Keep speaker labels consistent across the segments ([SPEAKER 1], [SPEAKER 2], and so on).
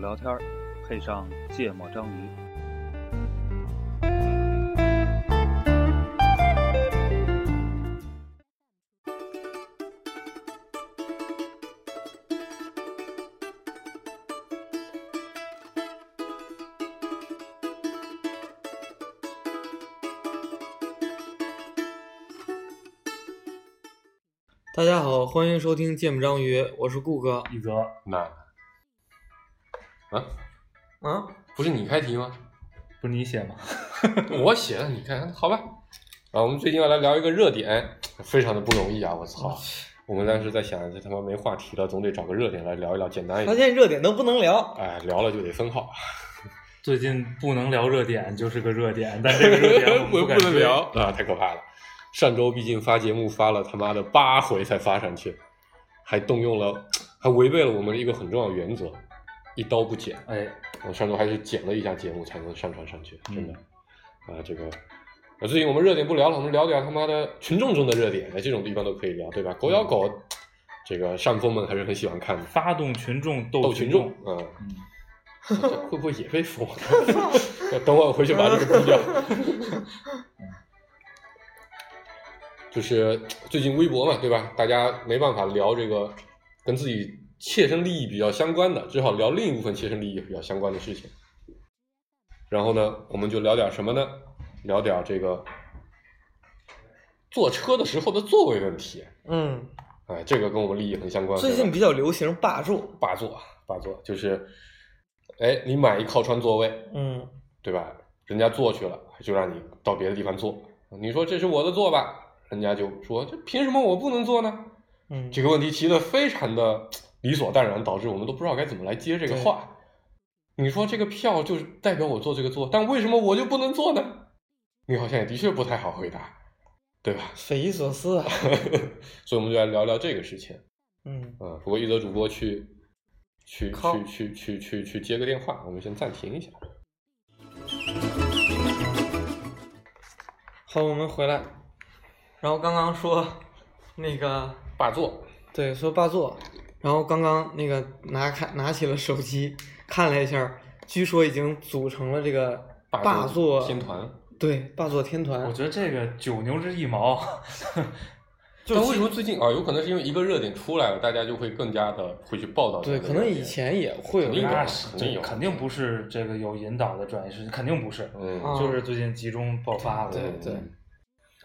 [SPEAKER 1] 聊天儿，配上芥末章鱼。
[SPEAKER 2] 大家好，欢迎收听《芥末章鱼》，我是顾哥。
[SPEAKER 3] 嗯
[SPEAKER 4] 一泽，
[SPEAKER 3] 那啊，
[SPEAKER 2] 啊，
[SPEAKER 3] 不是你开题吗？
[SPEAKER 4] 不是你写吗？
[SPEAKER 3] 我写的，你看，好吧。啊，我们最近要来聊一个热点，非常的不容易啊！我
[SPEAKER 4] 嗯
[SPEAKER 3] 操，我们当时在想，这他妈没话题了，总得找个热点来聊一聊，简单一
[SPEAKER 2] 发
[SPEAKER 3] 点。
[SPEAKER 2] 现热点都不能聊，
[SPEAKER 3] 哎，聊了就得分号，
[SPEAKER 4] 最近不能聊热点，就是个热点，但这个热点我们
[SPEAKER 3] 我
[SPEAKER 4] 敢
[SPEAKER 3] 不能
[SPEAKER 4] 追
[SPEAKER 3] 聊。啊，太可怕了。上周毕竟发节目发了他妈的八回才发上去，还动用了，还违背了我们一个很重要的原则，一刀不剪。
[SPEAKER 4] 哎，
[SPEAKER 3] 我上周还是剪了一下节目才能上传上去，真的。
[SPEAKER 4] 嗯
[SPEAKER 3] 啊、这个，啊，最近我们热点不聊了，我们聊点他妈的群众中的热点，哎，这种地方都可以聊，对吧？狗咬狗，这个上风们还是很喜欢看的，
[SPEAKER 4] 发动群众
[SPEAKER 3] 斗
[SPEAKER 4] 斗
[SPEAKER 3] 群众
[SPEAKER 4] 众。，
[SPEAKER 3] 嗯，
[SPEAKER 4] 嗯，
[SPEAKER 3] 这会不会也被封？ 等会儿我回去把这个逼掉。就是最近微博嘛，对吧？大家没办法聊这个跟自己切身利益比较相关的，只好聊另一部分切身利益比较相关的事情。然后呢，我们就聊点什么呢？聊点这个坐车的时候的座位问题。
[SPEAKER 2] 嗯，
[SPEAKER 3] 哎，这个跟我们利益很相关。
[SPEAKER 2] 最
[SPEAKER 3] 对吧
[SPEAKER 2] 近比较流行霸座，
[SPEAKER 3] 霸座，啊霸座就是，哎，你买一靠窗座位，
[SPEAKER 2] 嗯，
[SPEAKER 3] 对吧？人家坐去了，就让你到别的地方坐。你说这是我的座吧？人家就说这凭什么我不能坐呢？
[SPEAKER 2] 嗯，
[SPEAKER 3] 这个问题提的非常的理所当然，导致我们都不知道该怎么来接这个话。你说这个票就是代表我坐这个座，但为什么我就不能坐呢？你好像也的确不太好回答，对吧？
[SPEAKER 2] 匪夷所思啊，
[SPEAKER 3] 所以我们就来聊聊这个事情。
[SPEAKER 2] 嗯，
[SPEAKER 3] 啊，不过一则主播去去
[SPEAKER 2] 靠
[SPEAKER 3] 去去去去去接个电话，我们先暂停一下。
[SPEAKER 2] 好，我们回来，然后刚刚说那个，
[SPEAKER 3] 霸座，
[SPEAKER 2] 对，说霸座，然后刚刚那个拿看拿起了手机看了一下，据说已经组成了这个霸座
[SPEAKER 3] 天团，
[SPEAKER 2] 对，霸座天团
[SPEAKER 4] 我，觉得这个九牛之一毛。
[SPEAKER 2] 就
[SPEAKER 3] 但
[SPEAKER 2] 其
[SPEAKER 3] 为什么最近啊？有可能是因为一个热点出来了，大家就会更加的会去报道这个
[SPEAKER 2] 对，
[SPEAKER 3] 热点。
[SPEAKER 2] 可能以前也会有
[SPEAKER 3] 肯定有
[SPEAKER 2] 这
[SPEAKER 4] 那
[SPEAKER 2] 样
[SPEAKER 4] 是
[SPEAKER 3] 肯定
[SPEAKER 4] 这
[SPEAKER 3] 有
[SPEAKER 4] 肯定不是这个有引导的专业事情，肯定不是，
[SPEAKER 3] 嗯，
[SPEAKER 2] 啊
[SPEAKER 4] 就是最近集中爆发了。嗯
[SPEAKER 2] 对对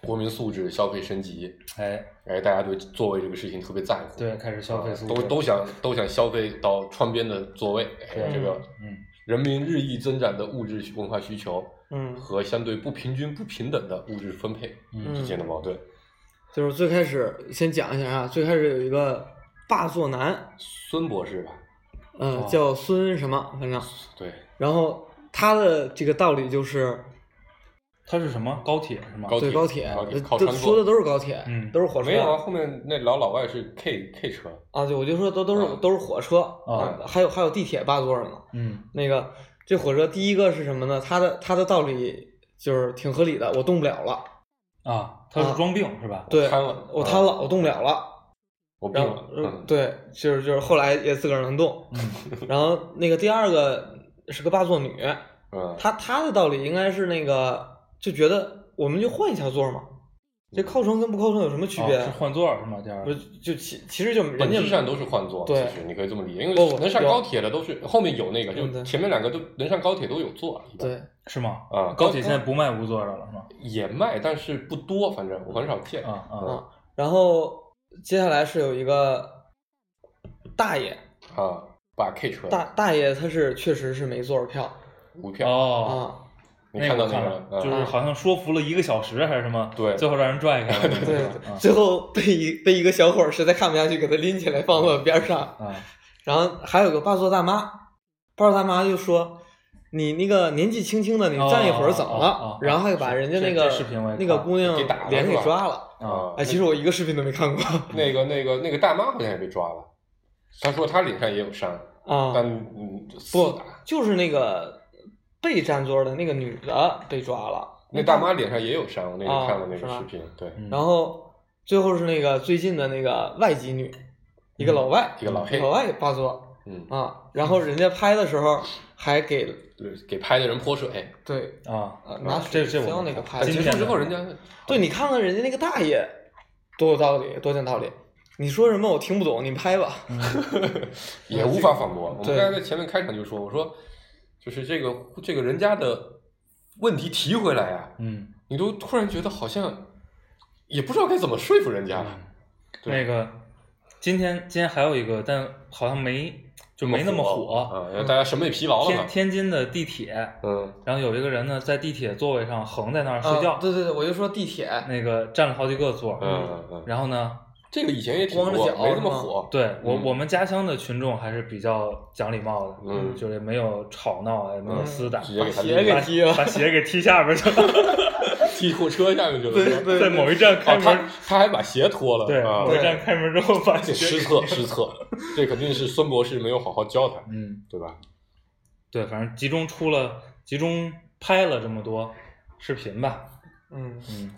[SPEAKER 3] 国民素质、消费升级，
[SPEAKER 4] 哎，
[SPEAKER 3] 哎，大家对座位这个事情特别在乎，啊
[SPEAKER 4] 对，开始消费素质
[SPEAKER 3] 都都想都想消费到窗边的座位，哎，
[SPEAKER 4] 对
[SPEAKER 3] 这个
[SPEAKER 4] 嗯，
[SPEAKER 3] 人民日益增长的物质文化需求
[SPEAKER 2] 嗯，
[SPEAKER 3] 和相对不平均、不平等的物质分配
[SPEAKER 4] 嗯
[SPEAKER 3] 之间的矛盾。
[SPEAKER 2] 就是最开始先讲一下啊，最开始有一个霸座男，
[SPEAKER 3] 孙博士吧，
[SPEAKER 2] 呃，
[SPEAKER 4] 哦
[SPEAKER 2] 叫孙什么，反正，
[SPEAKER 3] 对，
[SPEAKER 2] 然后他的这个道理就是，
[SPEAKER 4] 它是什么高铁是吗？
[SPEAKER 3] 高
[SPEAKER 2] 对
[SPEAKER 3] 铁
[SPEAKER 2] 高铁
[SPEAKER 3] 高，铁
[SPEAKER 2] 呃
[SPEAKER 3] 靠
[SPEAKER 2] 都
[SPEAKER 3] 山
[SPEAKER 2] 说
[SPEAKER 3] 坐
[SPEAKER 2] 的都是高铁，
[SPEAKER 4] 嗯
[SPEAKER 2] 都是火车，
[SPEAKER 3] 没有啊，后面那老老外是 K K 车，
[SPEAKER 2] 啊，对，我就说都都是、
[SPEAKER 3] 啊
[SPEAKER 2] 都是火车
[SPEAKER 4] 啊
[SPEAKER 2] 还有还有地铁霸座呢。
[SPEAKER 4] 嗯
[SPEAKER 2] 那个这火车第一个是什么呢？他的他的道理就是挺合理的，我动不了了，
[SPEAKER 4] 啊，它
[SPEAKER 2] 啊
[SPEAKER 4] 是装病是吧？
[SPEAKER 2] 对，
[SPEAKER 3] 瘫了
[SPEAKER 2] 我瘫了，
[SPEAKER 3] 啊
[SPEAKER 2] 我动不了了。
[SPEAKER 3] 我病
[SPEAKER 2] 然后
[SPEAKER 3] 了，，
[SPEAKER 2] 呃
[SPEAKER 3] 嗯，
[SPEAKER 2] 对，就是就是后来也自个儿能动。
[SPEAKER 4] 嗯
[SPEAKER 2] 然后那个第二个是个霸座女，
[SPEAKER 3] 嗯，
[SPEAKER 2] 她她的道理应该是那个就觉得我们就换一下座嘛，这靠窗跟不靠窗有什么区别啊
[SPEAKER 4] 哦？是换座儿是吗？第二
[SPEAKER 2] 不是就其其实就
[SPEAKER 3] 本
[SPEAKER 2] 人
[SPEAKER 3] 质
[SPEAKER 2] 家
[SPEAKER 3] 上都是换座，
[SPEAKER 2] 对
[SPEAKER 3] 其实你可以这么理解，因为
[SPEAKER 2] 不不
[SPEAKER 3] 能上
[SPEAKER 2] 有
[SPEAKER 3] 高铁的都是后面有那个，
[SPEAKER 2] 对对
[SPEAKER 3] 就前面两个都能上高铁都有座，一般
[SPEAKER 2] 对
[SPEAKER 4] 是吗？
[SPEAKER 3] 啊，
[SPEAKER 4] 高铁现在不卖无座的了是吗？
[SPEAKER 3] 也卖，但是不多，反正我很少见
[SPEAKER 4] 啊，啊
[SPEAKER 2] 啊。然后接下来是有一个大爷，
[SPEAKER 3] 啊，把 K 车
[SPEAKER 2] 大大爷他是确实是没座儿票
[SPEAKER 3] 无票，
[SPEAKER 4] 哦，
[SPEAKER 2] 啊，
[SPEAKER 3] 你看到
[SPEAKER 4] 那
[SPEAKER 3] 那
[SPEAKER 4] 个
[SPEAKER 3] 个
[SPEAKER 4] 我
[SPEAKER 3] 嗯
[SPEAKER 4] 就是好像说服了一个小时还是什么，
[SPEAKER 3] 对
[SPEAKER 4] 最后让人拽开了，
[SPEAKER 2] 对
[SPEAKER 4] 是吧，啊
[SPEAKER 2] 最后被一被一个小伙儿实在看不下去，给他拎起来放到边儿上。
[SPEAKER 4] 啊啊，
[SPEAKER 2] 然后还有个霸座大妈，霸座大妈就说：“你那个年纪轻轻的，你站一会儿怎么了？”
[SPEAKER 4] 哦哦哦哦
[SPEAKER 2] 然后还把人家那个
[SPEAKER 4] 这这视频我也看
[SPEAKER 2] 那个姑娘
[SPEAKER 3] 给打了
[SPEAKER 2] 脸给
[SPEAKER 3] 是吧
[SPEAKER 2] 抓了。
[SPEAKER 3] 啊，
[SPEAKER 2] 哎，其实我一个视频都没看过
[SPEAKER 3] 那个那个那个大妈好像也被抓了，她说她脸上也有伤，但
[SPEAKER 2] 啊，
[SPEAKER 3] 嗯，厮
[SPEAKER 2] 不
[SPEAKER 3] 打。，
[SPEAKER 2] 就是那个被占座的那个女的被抓了，
[SPEAKER 3] 那大妈脸上也有伤，我那
[SPEAKER 2] 啊
[SPEAKER 3] 个看了那
[SPEAKER 2] 是
[SPEAKER 3] 个
[SPEAKER 2] 吧
[SPEAKER 3] 视频，对，
[SPEAKER 4] 哦嗯
[SPEAKER 2] 然后最后是那个最近的那个外籍女，一个老外，
[SPEAKER 3] 一个老黑
[SPEAKER 2] 老外霸座，
[SPEAKER 3] 嗯，
[SPEAKER 2] 啊，然后人家拍的时候还给
[SPEAKER 3] 对，给拍的人泼水，
[SPEAKER 2] 对
[SPEAKER 3] 嗯
[SPEAKER 4] 啊，
[SPEAKER 2] 啊拿
[SPEAKER 4] 啊这这我
[SPEAKER 2] 胶
[SPEAKER 4] 们
[SPEAKER 2] 那个
[SPEAKER 4] 看
[SPEAKER 2] 拍的
[SPEAKER 3] 但
[SPEAKER 4] 今
[SPEAKER 3] 结
[SPEAKER 4] 天
[SPEAKER 3] 束
[SPEAKER 4] 的
[SPEAKER 3] 之后人家
[SPEAKER 2] 对你看看人家那个大爷多有道理，多讲道理。你说什么我听不懂，你拍吧。
[SPEAKER 3] 嗯也无法反驳。我
[SPEAKER 2] 对
[SPEAKER 3] 们刚才在前面开场就说，我说就是这个这个人家的问题提回来呀、
[SPEAKER 4] 嗯，
[SPEAKER 3] 你都突然觉得好像也不知道该怎么说服人家
[SPEAKER 4] 嗯
[SPEAKER 3] 了。嗯对
[SPEAKER 4] 那个今天今天还有一个，但好像没就没那么火。嗯
[SPEAKER 3] 啊，大家审美疲劳了
[SPEAKER 4] 天
[SPEAKER 3] 嘛。
[SPEAKER 4] 天津的地铁，
[SPEAKER 3] 嗯，
[SPEAKER 4] 然后有一个人呢在地铁座位上横在那儿睡
[SPEAKER 2] 啊
[SPEAKER 4] 觉，
[SPEAKER 2] 对对对，我就说地铁，
[SPEAKER 4] 那个占了好几个座儿。
[SPEAKER 3] 嗯嗯，嗯，
[SPEAKER 4] 然后呢，
[SPEAKER 3] 这个以前也挺
[SPEAKER 2] 光着
[SPEAKER 3] 火，
[SPEAKER 2] 脚
[SPEAKER 3] 没那
[SPEAKER 2] 是
[SPEAKER 3] 么
[SPEAKER 2] 吗
[SPEAKER 3] 火。
[SPEAKER 4] 对我
[SPEAKER 3] 嗯
[SPEAKER 4] 我们家乡的群众还是比较讲礼貌的，
[SPEAKER 3] 嗯
[SPEAKER 4] 就是没有吵闹，也没有
[SPEAKER 3] 嗯
[SPEAKER 4] 厮打，
[SPEAKER 3] 直接
[SPEAKER 2] 把
[SPEAKER 3] 给他
[SPEAKER 2] 鞋给踢了
[SPEAKER 4] 把鞋给踢下边去了，
[SPEAKER 3] 踢火车下去就
[SPEAKER 2] 对
[SPEAKER 3] 是
[SPEAKER 2] 对。对，
[SPEAKER 4] 在某一站开
[SPEAKER 3] 哦，他
[SPEAKER 4] 门，
[SPEAKER 3] 他还把鞋脱了。
[SPEAKER 4] 对，
[SPEAKER 3] 啊
[SPEAKER 4] 某一站开门之后把
[SPEAKER 3] 这
[SPEAKER 4] 鞋
[SPEAKER 3] 失策失策，这肯定是孙博士没有好好教他，
[SPEAKER 4] 嗯，
[SPEAKER 3] 对吧？
[SPEAKER 4] 对，反正集中出了，集中拍了这么多视频吧，
[SPEAKER 2] 嗯，
[SPEAKER 4] 嗯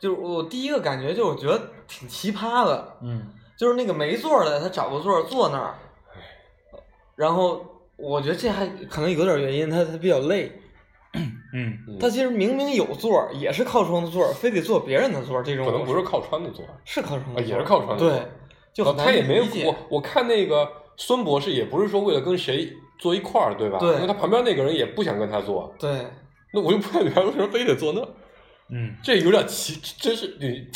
[SPEAKER 2] 就是我第一个感觉就是我觉得挺奇葩的，
[SPEAKER 4] 嗯，
[SPEAKER 2] 就是那个没座儿的他找个座儿坐那儿，然后我觉得这还可能有点原因，他他比较累，
[SPEAKER 4] 嗯，
[SPEAKER 3] 嗯
[SPEAKER 2] 他其实明明有座儿，也是靠窗的座儿，非得坐别人的座儿，这种
[SPEAKER 3] 可能不
[SPEAKER 2] 是
[SPEAKER 3] 是靠穿的做，啊，
[SPEAKER 2] 是靠窗的座儿，
[SPEAKER 3] 也是靠穿的做。
[SPEAKER 2] 对，就很难
[SPEAKER 3] 他也没有
[SPEAKER 2] 理解
[SPEAKER 3] 我我看那个孙博士也不是说为了跟谁坐一块儿，对吧？
[SPEAKER 2] 对
[SPEAKER 3] 因为他旁边那个人也不想跟他坐，
[SPEAKER 2] 对，
[SPEAKER 3] 那我就不明白为什么非得坐那儿，
[SPEAKER 4] 嗯，
[SPEAKER 3] 这有点奇，真是你。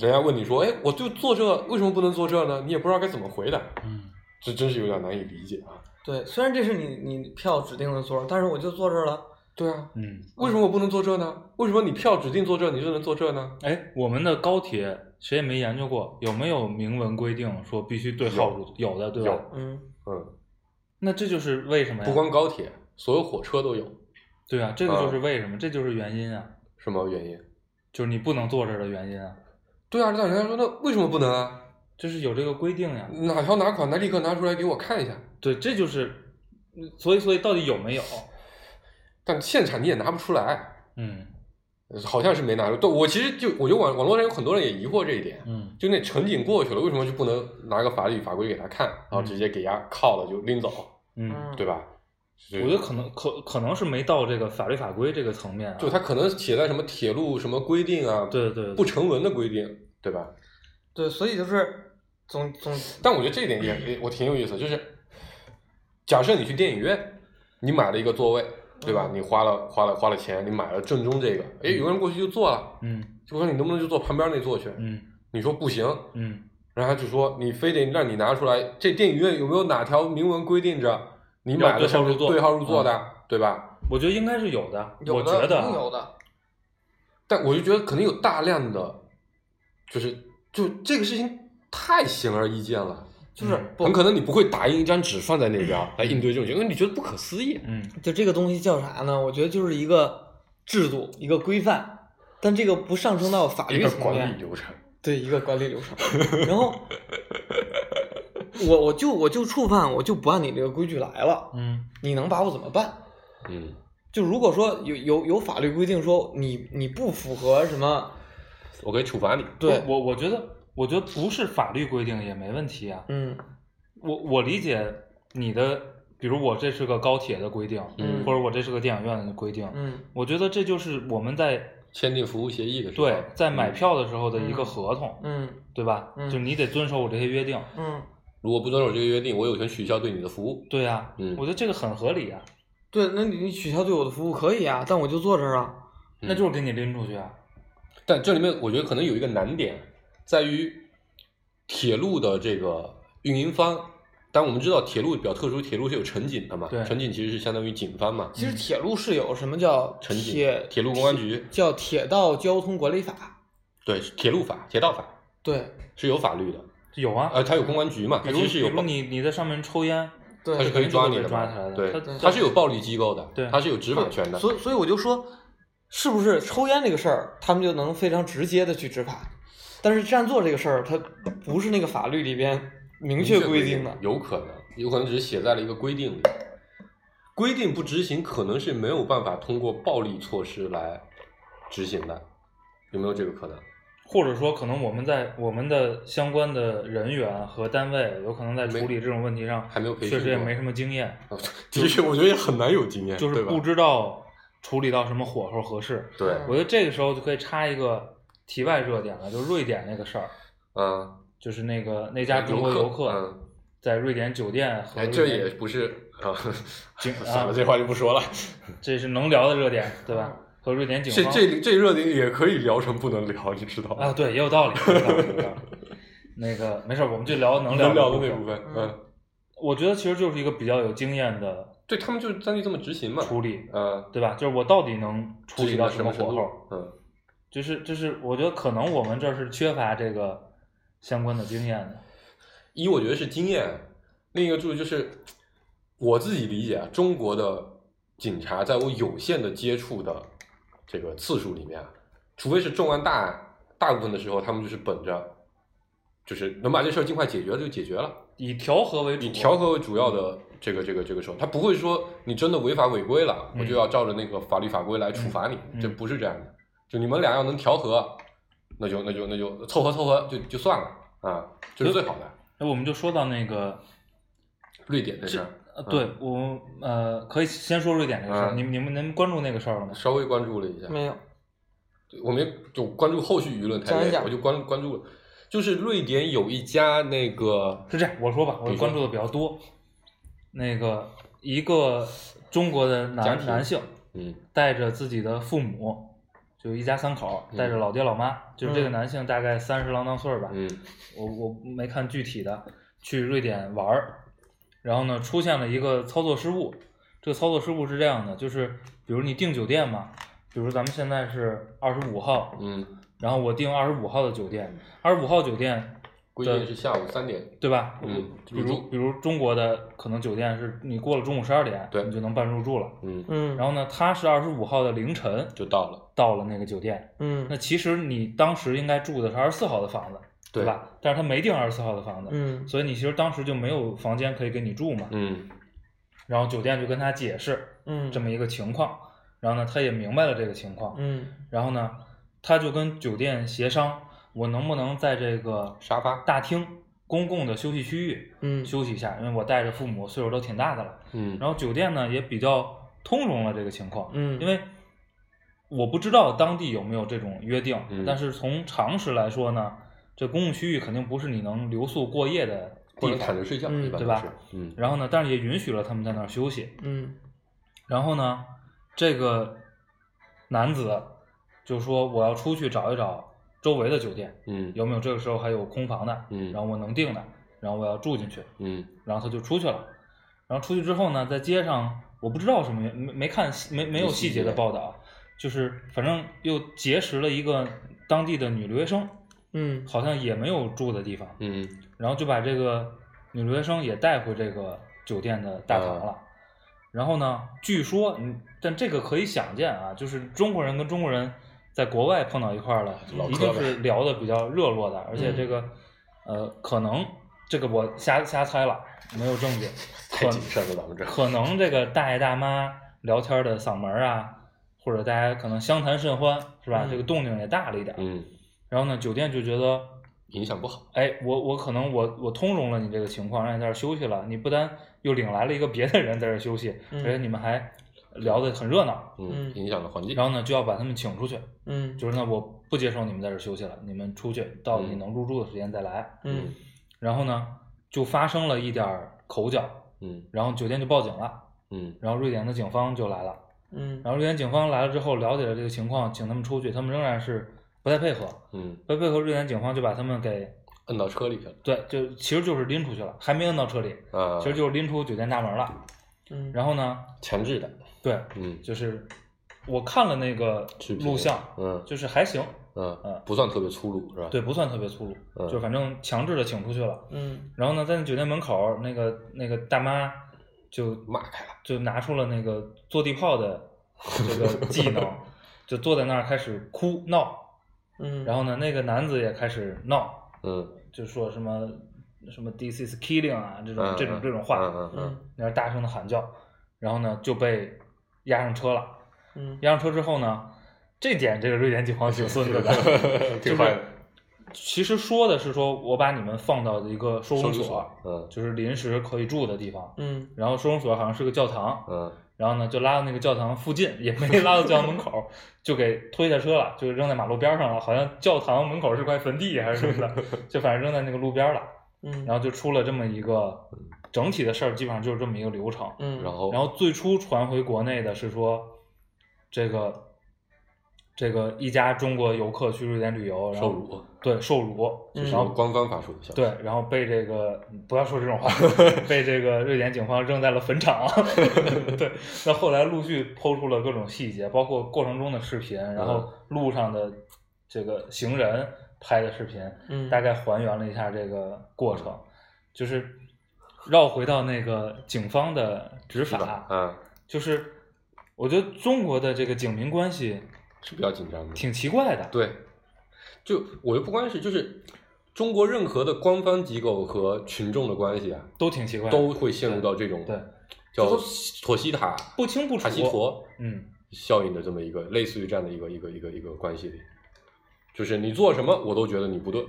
[SPEAKER 3] 人家问你说：“哎，我就坐这，为什么不能坐这呢？”你也不知道该怎么回答，
[SPEAKER 4] 嗯，
[SPEAKER 3] 这真是有点难以理解啊。
[SPEAKER 2] 对，虽然这是你你票指定的座儿，但是我就坐这儿了。
[SPEAKER 3] 对啊，
[SPEAKER 4] 嗯，
[SPEAKER 3] 为什么我不能坐这呢？为什么你票指定坐这，你就能坐这呢？
[SPEAKER 4] 哎，我们的高铁谁也没研究过，有没有明文规定说必须对号入座？有的，对吧？
[SPEAKER 3] 有
[SPEAKER 2] 嗯，
[SPEAKER 3] 嗯，
[SPEAKER 4] 那这就是为什么呀？
[SPEAKER 3] 不光高铁，所有火车都有，
[SPEAKER 4] 对啊，这个就是为什么，这就是原因啊，
[SPEAKER 3] 什么原因？
[SPEAKER 4] 就是你不能坐这儿的原因啊，
[SPEAKER 3] 对啊，那人家说那为什么不能啊？
[SPEAKER 4] 就是有这个规定呀。
[SPEAKER 3] 哪条哪款，他立刻拿出来给我看一下。
[SPEAKER 4] 对，这就是，所以所以到底有没有？
[SPEAKER 3] 但现场你也拿不出来，
[SPEAKER 4] 嗯
[SPEAKER 3] 呃好像是没拿出。对我其实就我觉得网网络上有很多人也疑惑这一点，
[SPEAKER 4] 嗯
[SPEAKER 3] 就那陈景过去了，为什么就不能拿个法律法规给他看，然后直接给他铐了就拎走，
[SPEAKER 4] 嗯，
[SPEAKER 3] 对吧？我
[SPEAKER 4] 我觉得可能可可能是没到这个法律法规这个层面啊。
[SPEAKER 3] 就他可能写在什么铁路什么规定啊，
[SPEAKER 4] 对对对
[SPEAKER 3] 不成文的规定，对吧？
[SPEAKER 2] 对，所以就是总总
[SPEAKER 3] 但我觉得这一点
[SPEAKER 4] 嗯
[SPEAKER 3] 也也我挺有意思，就是假设你去电影院，你买了一个座位，对吧？
[SPEAKER 4] 嗯
[SPEAKER 3] 你花了花了花了钱，你买了正中这个，哎，有个人过去就坐了，
[SPEAKER 4] 嗯
[SPEAKER 3] 就说你能不能就坐旁边那座去？
[SPEAKER 4] 嗯
[SPEAKER 3] 你说不行，
[SPEAKER 4] 嗯
[SPEAKER 3] 然后他就说你非得让你拿出来，这电影院有没有哪条明文规定着你买
[SPEAKER 4] 要
[SPEAKER 3] 的
[SPEAKER 4] 对号入座嗯
[SPEAKER 3] 对号入座的，对吧？
[SPEAKER 4] 我觉得应该是有的，
[SPEAKER 2] 有
[SPEAKER 4] 我
[SPEAKER 2] 的
[SPEAKER 4] 觉得
[SPEAKER 2] 一定
[SPEAKER 4] 啊
[SPEAKER 2] 有的，
[SPEAKER 3] 但我就觉得可能有大量的，就是就这个事情太显而易见了。
[SPEAKER 2] 就是
[SPEAKER 4] 嗯
[SPEAKER 2] 不
[SPEAKER 3] 很可能你不会打印一张纸放在那边儿来应对这种情况，因为你觉得不可思议。
[SPEAKER 4] 嗯
[SPEAKER 2] 就这个东西叫啥呢？我觉得就是一个制度，一个规范，但这个不上升到法
[SPEAKER 3] 一
[SPEAKER 2] 律
[SPEAKER 3] 个
[SPEAKER 2] 层
[SPEAKER 3] 管理
[SPEAKER 2] 面，
[SPEAKER 3] 流程。
[SPEAKER 2] 对一个管理流程。然后我我就我就触犯，我就不按你这个规矩来了，
[SPEAKER 4] 嗯
[SPEAKER 2] 你能把我怎么办？
[SPEAKER 3] 嗯，
[SPEAKER 2] 就如果说有有有法律规定说你你不符合什么，
[SPEAKER 3] 我可以处罚你。
[SPEAKER 2] 对，
[SPEAKER 4] 我我觉得我觉得不是法律规定也没问题啊。
[SPEAKER 2] 嗯
[SPEAKER 4] 我我理解你的，比如我这是个高铁的规定，
[SPEAKER 2] 嗯
[SPEAKER 4] 或者我这是个电影院的规定，
[SPEAKER 2] 嗯
[SPEAKER 4] 我觉得这就是我们在
[SPEAKER 3] 签订服务协议的时候，
[SPEAKER 4] 对在买票的时候的一个
[SPEAKER 2] 嗯
[SPEAKER 4] 合同，
[SPEAKER 2] 嗯
[SPEAKER 4] 对吧？
[SPEAKER 2] 嗯
[SPEAKER 4] 就你得遵守我这些约定，
[SPEAKER 2] 嗯，
[SPEAKER 3] 如果不遵守这个约定，我有权取消对你的服务。
[SPEAKER 4] 对啊，
[SPEAKER 3] 嗯
[SPEAKER 4] 我觉得这个很合理啊，
[SPEAKER 2] 对，那你你取消对我的服务可以啊，但我就坐这儿啊。
[SPEAKER 3] 嗯
[SPEAKER 4] 那就是给你拎出去啊。
[SPEAKER 3] 但这里面我觉得可能有一个难点，在于铁路的这个运营方。但我们知道铁路比较特殊，铁路是有乘警的嘛
[SPEAKER 4] 对，
[SPEAKER 3] 乘警其实是相当于警方嘛，
[SPEAKER 2] 其实铁路是有什么叫
[SPEAKER 3] 乘警
[SPEAKER 2] 嗯铁
[SPEAKER 3] 铁路公安局
[SPEAKER 2] 叫《铁道交通管理法
[SPEAKER 3] 对，铁路法、铁道法
[SPEAKER 2] 对》
[SPEAKER 3] 是有法律的，
[SPEAKER 4] 有啊，
[SPEAKER 3] 呃，它有公安局嘛，
[SPEAKER 4] 比
[SPEAKER 3] 它
[SPEAKER 4] 如
[SPEAKER 3] 其实是有
[SPEAKER 4] 比如
[SPEAKER 3] 暴，
[SPEAKER 4] 你你在上面抽烟，
[SPEAKER 2] 对
[SPEAKER 3] 它是可以抓你的嘛
[SPEAKER 4] 抓起来，的
[SPEAKER 3] 对
[SPEAKER 4] 它，
[SPEAKER 3] 它是有暴力机构的，
[SPEAKER 4] 对
[SPEAKER 3] 它是有执法权的，
[SPEAKER 2] 所以所以我就说，是不是抽烟这个事儿，他们就能非常直接的去执法？但是占座这个事儿，它不是那个法律里边明确规定的。
[SPEAKER 3] 有可能，有可能只是写在了一个规定里。规定不执行，可能是没有办法通过暴力措施来执行的，有没有这个可能？
[SPEAKER 4] 或者说可能我们在我们的相关的人员和单位，有可能在处理这种问题上，
[SPEAKER 3] 还没有培训
[SPEAKER 4] 确
[SPEAKER 3] 过
[SPEAKER 4] 实也没什么经验，
[SPEAKER 3] 啊 其实我觉得也很难有经验，
[SPEAKER 4] 就是
[SPEAKER 3] 对吧
[SPEAKER 4] 不知道处理到什么火候合适。
[SPEAKER 3] 对，
[SPEAKER 4] 我觉得这个时候就可以插一个题外热点了，就是瑞典那个事儿，
[SPEAKER 3] 嗯，
[SPEAKER 4] 就是那个那家中国
[SPEAKER 3] 哎游
[SPEAKER 4] 游
[SPEAKER 3] 客
[SPEAKER 4] 客
[SPEAKER 3] 嗯
[SPEAKER 4] 在瑞典酒店和
[SPEAKER 3] 哎，这
[SPEAKER 4] 瑞典
[SPEAKER 3] 也不是 啊，
[SPEAKER 4] 警
[SPEAKER 3] 算
[SPEAKER 4] 啊
[SPEAKER 3] 了，，这话就不说了。
[SPEAKER 4] 这是能聊的热点，对吧？和瑞典警
[SPEAKER 3] 这
[SPEAKER 4] 方
[SPEAKER 3] 嗯这这热点也可以聊成不能聊，你知道吗？
[SPEAKER 4] 啊，对，也有道理，也有道理。有道理那个没事儿，我们就聊能聊
[SPEAKER 3] 能聊的那
[SPEAKER 4] 部
[SPEAKER 3] 部
[SPEAKER 4] 分。
[SPEAKER 3] 分，
[SPEAKER 2] 嗯
[SPEAKER 3] 嗯，
[SPEAKER 4] 我觉得其实就是一个比较有经验的
[SPEAKER 3] 对他们就是当地这么执行嘛，
[SPEAKER 4] 处理，
[SPEAKER 3] 嗯，
[SPEAKER 4] 对吧？就是我到底能处理
[SPEAKER 3] 执行
[SPEAKER 4] 到
[SPEAKER 3] 到
[SPEAKER 4] 什
[SPEAKER 3] 什
[SPEAKER 4] 么
[SPEAKER 3] 么
[SPEAKER 4] 火
[SPEAKER 3] 程度
[SPEAKER 4] 候？？
[SPEAKER 3] 嗯，
[SPEAKER 4] 就是就是，我觉得可能我们这儿是缺乏这个相关的经验的。
[SPEAKER 3] 一我觉得是经验，另一个注意就是我自己理解啊，中国的警察在我有限的接触的这个次数里面啊，除非是重案大案，大部分的时候他们就是本着就是能把这事儿尽快解决了就解决了。
[SPEAKER 4] 以调和为主，
[SPEAKER 3] 以调和为主要的这个这个这个时候，他不会说你真的违法违规了，
[SPEAKER 4] 嗯
[SPEAKER 3] 我就要照着那个法律法规来处罚你，
[SPEAKER 4] 嗯
[SPEAKER 3] 这不是这样的。就你们俩要能调和，那就那就那就凑合凑合就就算了啊，这是最好的。
[SPEAKER 4] 那我们就说到那个，
[SPEAKER 3] 瑞典这事儿
[SPEAKER 4] 呃，对我呃，可以先说瑞典这个事儿。
[SPEAKER 3] 嗯
[SPEAKER 4] 你们你们能关注那个事儿了吗？
[SPEAKER 3] 稍微关注了一下，
[SPEAKER 2] 没有，
[SPEAKER 3] 我没就关注后续舆论
[SPEAKER 2] 讲
[SPEAKER 3] 太
[SPEAKER 2] 一
[SPEAKER 3] 累
[SPEAKER 2] 讲，
[SPEAKER 3] 我就关关注了，就是瑞典有一家那个
[SPEAKER 4] 是这样，我说吧，我
[SPEAKER 3] 你说
[SPEAKER 4] 关注的比较多。那个一个中国的
[SPEAKER 3] 家
[SPEAKER 4] 男
[SPEAKER 3] 庭
[SPEAKER 4] 男性
[SPEAKER 3] 嗯
[SPEAKER 4] 带着自己的父母，就一家三口，带着老爹老妈，就是这个
[SPEAKER 2] 嗯
[SPEAKER 4] 男性大概三十郎当岁儿吧，
[SPEAKER 3] 嗯
[SPEAKER 4] 我我没看具体的，去瑞典玩儿，然后呢出现了一个操作失误，这个操作失误是这样的，就是比如你订酒店嘛，比如咱们现在是二十五号，
[SPEAKER 3] 嗯，
[SPEAKER 4] 然后我订二十五号的酒店，二十五号酒店
[SPEAKER 3] 规定是下午三点，
[SPEAKER 4] 对吧？
[SPEAKER 3] 嗯
[SPEAKER 4] 比
[SPEAKER 3] 入
[SPEAKER 4] 如
[SPEAKER 3] 住
[SPEAKER 4] 比如中国的可能酒店是你过了中午十二点，
[SPEAKER 3] 对
[SPEAKER 4] 你就能办入住了。
[SPEAKER 3] 嗯，
[SPEAKER 2] 嗯，
[SPEAKER 4] 然后呢，他是二十五号的凌晨
[SPEAKER 3] 就到了，
[SPEAKER 4] 到了那个酒店。那
[SPEAKER 2] 嗯
[SPEAKER 4] 其实你当时应该住的是二十四号的房子，对
[SPEAKER 3] 对？
[SPEAKER 4] 吧？但是他没订二十四号的房子，
[SPEAKER 2] 嗯
[SPEAKER 4] 所以你其实当时就没有房间可以给你住嘛。
[SPEAKER 3] 嗯
[SPEAKER 4] 然后酒店就跟他解释
[SPEAKER 2] 嗯，
[SPEAKER 4] 这么一个情况，然后呢，他也明白了这个情况，
[SPEAKER 2] 嗯
[SPEAKER 4] 然后呢，他就跟酒店协商，我能不能在这个
[SPEAKER 3] 沙发，
[SPEAKER 4] 大厅公共的休息区域
[SPEAKER 2] 嗯
[SPEAKER 4] 休息一下，因为我带着父母，岁数都挺大的了。
[SPEAKER 3] 嗯
[SPEAKER 4] 然后酒店呢也比较通融了这个情况，
[SPEAKER 2] 嗯，
[SPEAKER 4] 因为我不知道当地有没有这种约定，
[SPEAKER 3] 嗯
[SPEAKER 4] 但是从常识来说呢，这公共区域肯定不是你能留宿过夜的
[SPEAKER 3] 不
[SPEAKER 4] 地
[SPEAKER 3] 能
[SPEAKER 4] 方
[SPEAKER 3] 躺。着睡觉，
[SPEAKER 2] 嗯
[SPEAKER 3] 一般
[SPEAKER 4] 对
[SPEAKER 3] 都
[SPEAKER 4] 吧
[SPEAKER 3] 是？嗯
[SPEAKER 4] 然后呢，但是也允许了他们在那儿休息。
[SPEAKER 2] 嗯
[SPEAKER 4] 然后呢，这个男子就说我要出去找一找周围的酒店
[SPEAKER 3] 嗯
[SPEAKER 4] 有没有这个时候还有空房的，
[SPEAKER 3] 嗯
[SPEAKER 4] 然后我能订的，然后我要住进去。
[SPEAKER 3] 嗯
[SPEAKER 4] 然后他就出去了。然后出去之后呢，在街上我不知道什么原没没看细没没有细节的报道，啊就是反正又结识了一个当地的女留学生，
[SPEAKER 2] 嗯
[SPEAKER 4] 好像也没有住的地方，
[SPEAKER 3] 嗯
[SPEAKER 4] 然后就把这个女留学生也带回这个酒店的大堂了。
[SPEAKER 3] 啊
[SPEAKER 4] 然后呢，据说嗯，但这个可以想见啊，就是中国人跟中国人在国外碰到一块儿了，
[SPEAKER 3] 老
[SPEAKER 4] 一
[SPEAKER 3] 磕嗯
[SPEAKER 4] 定
[SPEAKER 3] 呗
[SPEAKER 4] 是聊的比较热络的，而且这个、呃，可能这个我瞎瞎猜了，没有证据，
[SPEAKER 3] 太
[SPEAKER 4] 可
[SPEAKER 3] 谨慎了，咱们这儿。
[SPEAKER 4] 可能这个大爷大妈聊天的嗓门儿啊，或者大家可能相谈甚欢，是吧？
[SPEAKER 2] 嗯
[SPEAKER 4] 这个动静也大了一点儿。
[SPEAKER 3] 嗯，
[SPEAKER 4] 然后呢，酒店就觉得，
[SPEAKER 3] 影响不好。
[SPEAKER 4] 哎，我我可能我我通融了你这个情况，让你在这儿休息了，你不单又领来了一个别的人在这儿休息，
[SPEAKER 2] 嗯
[SPEAKER 4] 而且你们还聊得很热闹。
[SPEAKER 3] 嗯，
[SPEAKER 2] 嗯
[SPEAKER 3] 影响了环境。
[SPEAKER 4] 然后呢，就要把他们请出去，
[SPEAKER 2] 嗯
[SPEAKER 4] 就是呢，我不接受你们在这儿休息了，你们出去到你
[SPEAKER 3] 嗯
[SPEAKER 4] 能入住的时间再来。
[SPEAKER 2] 嗯
[SPEAKER 4] 然后呢，就发生了一点儿口角，
[SPEAKER 3] 嗯
[SPEAKER 4] 然后酒店就报警了，
[SPEAKER 3] 嗯
[SPEAKER 4] 然后瑞典的警方就来了。
[SPEAKER 2] 嗯
[SPEAKER 4] 然后瑞典警方来了之后，了解了这个情况，请他们出去，他们仍然是不太配合，
[SPEAKER 3] 嗯，
[SPEAKER 4] 不太配合。瑞典警方就把他们给
[SPEAKER 3] 摁到车里去了
[SPEAKER 4] 对，就其实就是拎出去了，还没摁到车里，
[SPEAKER 3] 啊，
[SPEAKER 4] 其实就是拎出酒店大门了。
[SPEAKER 2] 嗯，
[SPEAKER 4] 然后呢，
[SPEAKER 3] 强制的。
[SPEAKER 4] 对，
[SPEAKER 3] 嗯，
[SPEAKER 4] 就是我看了那个
[SPEAKER 3] 视频
[SPEAKER 4] 录像，
[SPEAKER 3] 嗯
[SPEAKER 4] 就是还行，
[SPEAKER 3] 嗯
[SPEAKER 4] 嗯，
[SPEAKER 3] 不算特别粗鲁是吧？
[SPEAKER 4] 对，，不算特别粗鲁，
[SPEAKER 3] 嗯
[SPEAKER 4] 就反正强制的请出去了。
[SPEAKER 2] 嗯
[SPEAKER 4] 然后呢，在那酒店门口，那个那个大妈就
[SPEAKER 3] 骂开了。
[SPEAKER 4] 就拿出了那个坐地炮的这个技 能，就坐在那儿开始哭闹。
[SPEAKER 2] 嗯，
[SPEAKER 4] 然后呢，那个男子也开始闹，
[SPEAKER 3] 嗯，
[SPEAKER 4] 就说什么什么 “this is killing” 啊，这种
[SPEAKER 3] 嗯
[SPEAKER 4] 这种这种话，
[SPEAKER 3] 嗯嗯
[SPEAKER 2] 嗯
[SPEAKER 4] 然后大声的喊叫，然后呢就被押上车了。
[SPEAKER 2] 嗯
[SPEAKER 4] 押上车之后呢，这点这个瑞典警方挺孙子的，就
[SPEAKER 3] 嗯，挺
[SPEAKER 4] 是
[SPEAKER 3] 坏的。
[SPEAKER 4] 其实说的是说我把你们放到一个收容所，
[SPEAKER 3] 收容所，嗯
[SPEAKER 4] 就是临时可以住的地方。
[SPEAKER 2] 嗯
[SPEAKER 4] 然后收容所好像是个教堂，
[SPEAKER 3] 嗯
[SPEAKER 4] 然后呢就拉到那个教堂附近，也 没拉到教堂门口，就给推下车了，就扔在马路边上了。好像教堂门口是块坟地还是什么的， 就反正扔在那个路边了。
[SPEAKER 2] 嗯，
[SPEAKER 4] 然后就出了这么一个整体的事儿，基本上就是这么一个流程。
[SPEAKER 2] 嗯，
[SPEAKER 3] 然后
[SPEAKER 4] 然后最初传回国内的是说，这个这个一家中国游客去瑞典旅游，然后
[SPEAKER 3] 受辱，
[SPEAKER 4] 对受辱，
[SPEAKER 2] 嗯
[SPEAKER 4] 然
[SPEAKER 3] 然后
[SPEAKER 4] 后
[SPEAKER 3] 官方法术，
[SPEAKER 4] 对，然后被这个不要说这种话，被这个瑞典警方扔在了坟场。啊对，那后来陆续剖出了各种细节，包括过程中的视频，然后路上的这个行人拍的视频，
[SPEAKER 2] 嗯
[SPEAKER 4] 大概还原了一下这个过程，就是绕回到那个警方的执
[SPEAKER 3] 是
[SPEAKER 4] 法
[SPEAKER 3] 吧？，嗯，
[SPEAKER 4] 就是我觉得中国的这个警民关系
[SPEAKER 3] 是比较紧张的。
[SPEAKER 4] 挺奇怪的，
[SPEAKER 3] 对，就我又不光是就是中国任何的官方机构和群众的关系啊，
[SPEAKER 4] 都挺奇怪的，
[SPEAKER 3] 都会陷入到这种
[SPEAKER 4] 对
[SPEAKER 3] 叫
[SPEAKER 4] 这都
[SPEAKER 3] 妥西塔
[SPEAKER 4] 不清不楚
[SPEAKER 3] 塔西陀
[SPEAKER 4] 嗯
[SPEAKER 3] 效应的这么一个类似于这样的一个一个一个一个关系里，就是你做什么我都觉得你不对，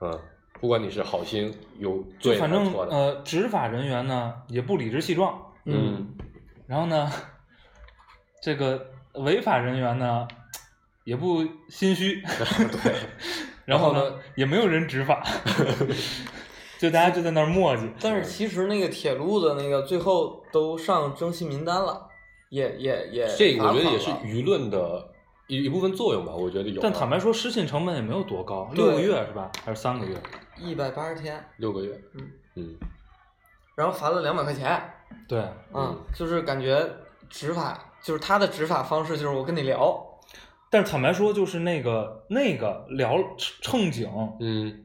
[SPEAKER 3] 嗯，不管你是好心有
[SPEAKER 4] 就
[SPEAKER 3] 对还
[SPEAKER 4] 反
[SPEAKER 3] 是
[SPEAKER 4] 正
[SPEAKER 3] 错的，
[SPEAKER 4] 呃，执法人员呢也不理直气壮，
[SPEAKER 3] 嗯，
[SPEAKER 4] 然后呢，这个违法人员呢也不心 虚，对，然后
[SPEAKER 3] 然后
[SPEAKER 4] 呢也没有人执 法，就大家就在那儿磨叽，
[SPEAKER 2] 但是其实那个铁路的那个最后都上征信名单了，也也也
[SPEAKER 3] 这个我觉得
[SPEAKER 2] 罚款
[SPEAKER 3] 也是
[SPEAKER 2] 了
[SPEAKER 3] 舆论的一一部分作用吧，我觉得有啊。
[SPEAKER 4] 但坦白说，失信成本也没有多高，
[SPEAKER 2] 对
[SPEAKER 4] 六个月是吧？还是三个月？
[SPEAKER 2] 一百八十天，
[SPEAKER 3] 六个月
[SPEAKER 2] 嗯，
[SPEAKER 3] 嗯
[SPEAKER 2] 然后罚了两百块钱。
[SPEAKER 4] 对，
[SPEAKER 2] 嗯，就是感觉执法就是他的执法方式就是我跟你聊，
[SPEAKER 4] 但是坦白说，就是那个那个聊乘警，
[SPEAKER 3] 嗯，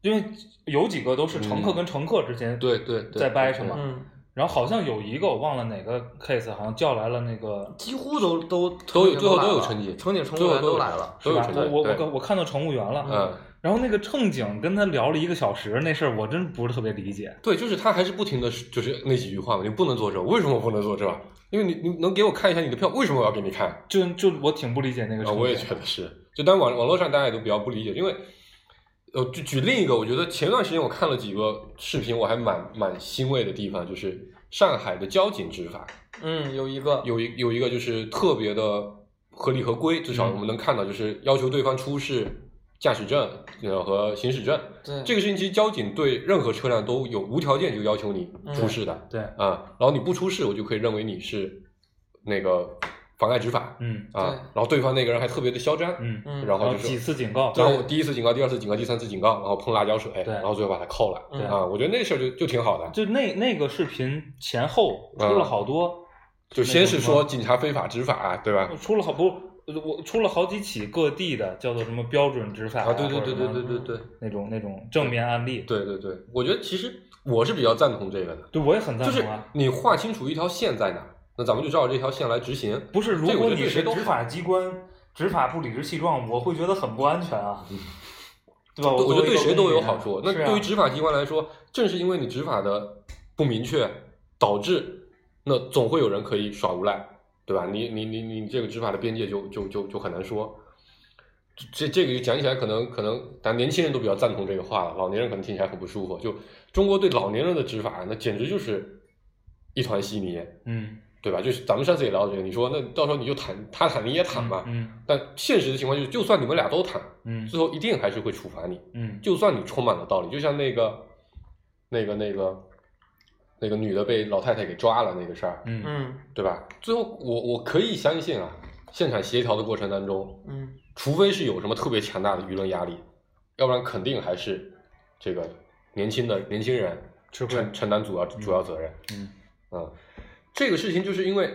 [SPEAKER 4] 因为有几个都是乘客
[SPEAKER 3] 嗯
[SPEAKER 4] 跟乘客之间
[SPEAKER 3] 对对对，
[SPEAKER 4] 在掰
[SPEAKER 3] 对
[SPEAKER 4] 什么？
[SPEAKER 3] 对
[SPEAKER 2] 嗯，
[SPEAKER 4] 然后好像有一个我忘了哪个 case，好像叫来了那个
[SPEAKER 2] 几乎都都
[SPEAKER 3] 都有
[SPEAKER 2] 乘警
[SPEAKER 3] 最后
[SPEAKER 2] 来
[SPEAKER 3] 都有
[SPEAKER 2] 了
[SPEAKER 3] 成绩
[SPEAKER 2] 乘警乘
[SPEAKER 3] 最
[SPEAKER 2] 务
[SPEAKER 3] 后
[SPEAKER 2] 员
[SPEAKER 3] 都有
[SPEAKER 2] 来了，
[SPEAKER 3] 都
[SPEAKER 4] 是
[SPEAKER 3] 有
[SPEAKER 4] 吧？
[SPEAKER 3] 成
[SPEAKER 4] 我
[SPEAKER 3] 绩，
[SPEAKER 4] 我
[SPEAKER 3] 对
[SPEAKER 4] 我看我看到乘务员了，
[SPEAKER 3] 嗯，
[SPEAKER 4] 然后那个乘警跟他聊了一个小时，那事儿我真不是特别理解。
[SPEAKER 3] 对，就是他还是不停的，就是那几句话嘛，你不能坐这，为什么不能坐这？因为你你能给我看一下你的票，为什么我要给你看？
[SPEAKER 4] 就就我挺不理解那个乘
[SPEAKER 3] 啊，
[SPEAKER 4] 警，
[SPEAKER 3] 我也觉得是，就当网网络上大家也都比较不理解，因为呃，就举另一个，我觉得前段时间我看了几个视频，我还蛮蛮欣慰的地方，就是上海的交警执法
[SPEAKER 2] 嗯，有一个
[SPEAKER 3] 有一有一个就是特别的合理合规，至少
[SPEAKER 4] 嗯
[SPEAKER 3] 我们能看到，就是要求对方出示驾驶证呃和行驶证。
[SPEAKER 2] 对
[SPEAKER 3] 这个事情其实交警对任何车辆都有无条件就要求你出示的。
[SPEAKER 4] 对，
[SPEAKER 3] 啊，然后你不出示，我就可以认为你是那个妨碍执法
[SPEAKER 4] 嗯
[SPEAKER 2] 对
[SPEAKER 3] 啊。然后对方那个人还特别的嚣张，
[SPEAKER 4] 嗯，
[SPEAKER 2] 嗯，
[SPEAKER 3] 然后就
[SPEAKER 4] 几
[SPEAKER 3] 是，
[SPEAKER 4] 次警告，
[SPEAKER 3] 然后我第一次警告，第二次警告，第三次警告，然后碰辣椒水，
[SPEAKER 4] 对
[SPEAKER 3] 然后最后把他扣了
[SPEAKER 2] 嗯
[SPEAKER 3] 啊。我觉得那事儿就就挺好的，
[SPEAKER 4] 就那那个视频前后
[SPEAKER 3] 嗯
[SPEAKER 4] 出了好多，
[SPEAKER 3] 就先是说警察非法执法，啊对吧？
[SPEAKER 4] 出了好不。我出了好几起各地的叫做什么标准执法
[SPEAKER 3] 啊，对对
[SPEAKER 4] 或者
[SPEAKER 3] 对
[SPEAKER 4] 什
[SPEAKER 3] 对
[SPEAKER 4] 么
[SPEAKER 3] 对对对
[SPEAKER 4] 那种那种正面案例，
[SPEAKER 3] 对对对，我觉得其实我是比较赞同这个的，
[SPEAKER 4] 对我也很赞
[SPEAKER 3] 就是
[SPEAKER 4] 同啊。
[SPEAKER 3] 你划清楚一条线在哪，那咱们就照着这条线来执行。
[SPEAKER 4] 不是，如
[SPEAKER 3] 这个我
[SPEAKER 4] 果
[SPEAKER 3] 觉得
[SPEAKER 4] 你
[SPEAKER 3] 这
[SPEAKER 4] 是
[SPEAKER 3] 些都
[SPEAKER 4] 执法机关执法不理直气壮，我会觉得很不安全啊，对吧？
[SPEAKER 3] 对哦我觉
[SPEAKER 4] 作
[SPEAKER 3] 得
[SPEAKER 4] 为一
[SPEAKER 3] 对
[SPEAKER 4] 个
[SPEAKER 3] 谁都
[SPEAKER 4] 公
[SPEAKER 3] 有
[SPEAKER 4] 民
[SPEAKER 3] 好处。那
[SPEAKER 2] 是啊
[SPEAKER 3] 对于执法机关来说，正是因为你执法的不明确，导致那总会有人可以耍无赖，对吧？你你你你这个执法的边界就就就就很难说。这这个讲起来可能可能，咱年轻人都比较赞同这个话了，老年人可能听起来很不舒服。就中国对老年人的执法，那简直就是一团稀泥，
[SPEAKER 4] 嗯，
[SPEAKER 3] 对吧？就是咱们上次也聊到这个，你说那到时候你就谈他谈你也谈嘛，
[SPEAKER 4] 嗯
[SPEAKER 3] 但现实的情况就是，就算你们俩都谈，
[SPEAKER 4] 嗯
[SPEAKER 3] 最后一定还是会处罚你。
[SPEAKER 4] 嗯，
[SPEAKER 3] 就算你充满了道理，就像那个、那个、那个、那个女的被老太太给抓了那个事儿，
[SPEAKER 4] 嗯
[SPEAKER 2] 嗯
[SPEAKER 3] 对吧？最后我我可以相信啊，现场协调的过程当中，
[SPEAKER 2] 嗯
[SPEAKER 3] 除非是有什么特别强大的舆论压力，要不然肯定还是这个年轻的年轻人
[SPEAKER 4] 吃亏
[SPEAKER 3] 承承担主要主要责任。
[SPEAKER 4] 嗯
[SPEAKER 3] 嗯，这个事情就是因为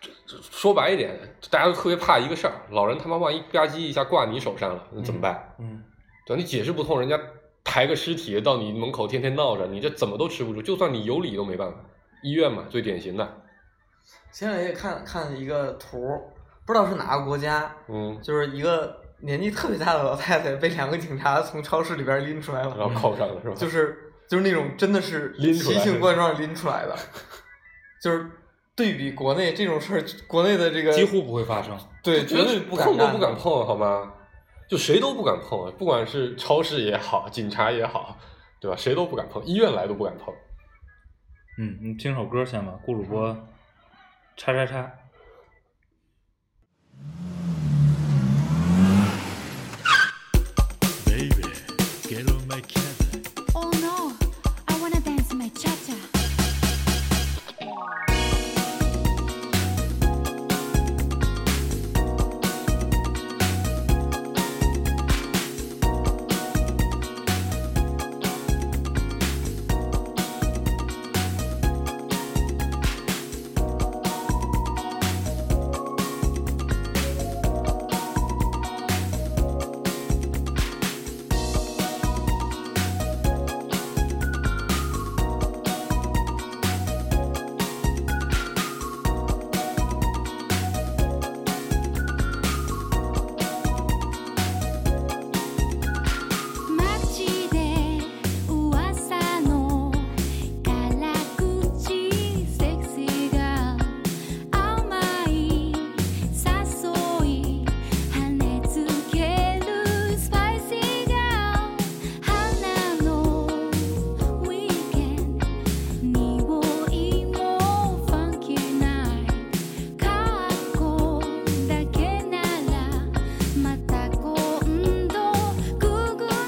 [SPEAKER 3] 这这说白一点，大家都特别怕一个事儿，老人他妈万一吧唧一下挂你手上了，那怎么办？
[SPEAKER 4] 嗯
[SPEAKER 3] 对，你解释不通，人家抬个尸体到你门口天天闹着，你这怎么都吃不住，就算你有理都没办法。医院嘛，最典型的，
[SPEAKER 2] 前两天也看看一个图，不知道是哪个国家，
[SPEAKER 3] 嗯，
[SPEAKER 2] 就是一个年纪特别大的老太太被两个警察从超市里边拎出来了，
[SPEAKER 3] 然后扣上了是吧？
[SPEAKER 2] 就是就是那种真的是
[SPEAKER 3] 拎出来
[SPEAKER 2] 奇形怪状拎出来的，就是对比国内这种事儿，国内的这个
[SPEAKER 4] 几乎不会发生。
[SPEAKER 2] 对绝对不敢
[SPEAKER 3] 碰都
[SPEAKER 2] 干
[SPEAKER 3] 不敢碰，好吗？就谁都不敢碰啊，不管是超市也好，警察也好，对吧？谁都不敢碰，医院来都不敢碰。
[SPEAKER 4] 嗯，你听首歌先吧，顾主播，叉叉叉。
[SPEAKER 5] Baby, get on my cat.
[SPEAKER 6] Oh no, I wanna dance my cha cha.街で噂の辛口セクシーが甘い誘い跳ねつけるスパイシーが花のウィーケンド匂いもファンキーな格好だけならまた今度くぐない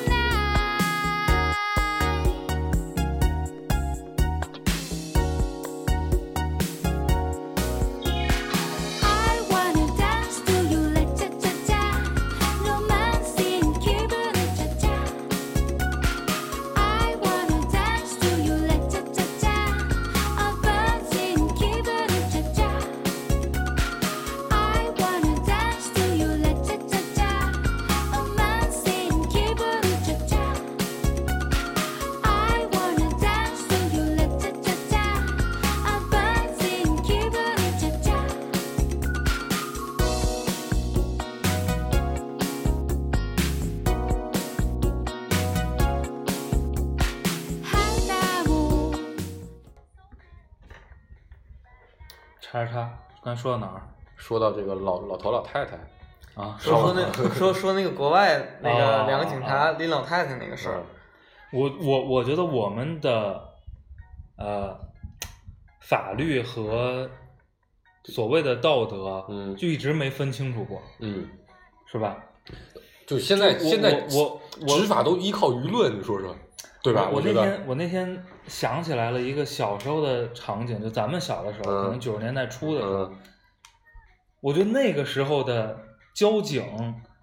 [SPEAKER 6] I wanna dance to you like cha cha cha romancing 気分で cha cha I wanna dance to you like cha cha cha advancing 気分で cha cha I wanna dance to you like cha cha cha romancing 気分で cha cha I wanna dance to you like cha cha cha advancing 気分で cha cha Hello.
[SPEAKER 4] 叉叉叉，刚才说到哪儿
[SPEAKER 3] 说到这个老老头老太太，
[SPEAKER 4] 啊？
[SPEAKER 2] 说说那说说那个国外那个
[SPEAKER 4] 哦
[SPEAKER 2] 两个警察拎老太太那个事儿
[SPEAKER 3] 嗯，
[SPEAKER 4] 我我我觉得我们的呃法律和所谓的道德，
[SPEAKER 3] 嗯
[SPEAKER 4] 就一直没分清楚过，
[SPEAKER 3] 嗯，
[SPEAKER 4] 是吧？
[SPEAKER 3] 就现在
[SPEAKER 4] 就我
[SPEAKER 3] 现在
[SPEAKER 4] 我我
[SPEAKER 3] 执法都依靠舆论，你说说，对吧？
[SPEAKER 4] 我
[SPEAKER 3] 觉
[SPEAKER 4] 那
[SPEAKER 3] 得
[SPEAKER 4] 天我那天想起来了一个小时候的场景，就咱们小的时候，
[SPEAKER 3] 嗯
[SPEAKER 4] 可能九十年代初的时候，
[SPEAKER 3] 嗯
[SPEAKER 4] 我觉得那个时候的交警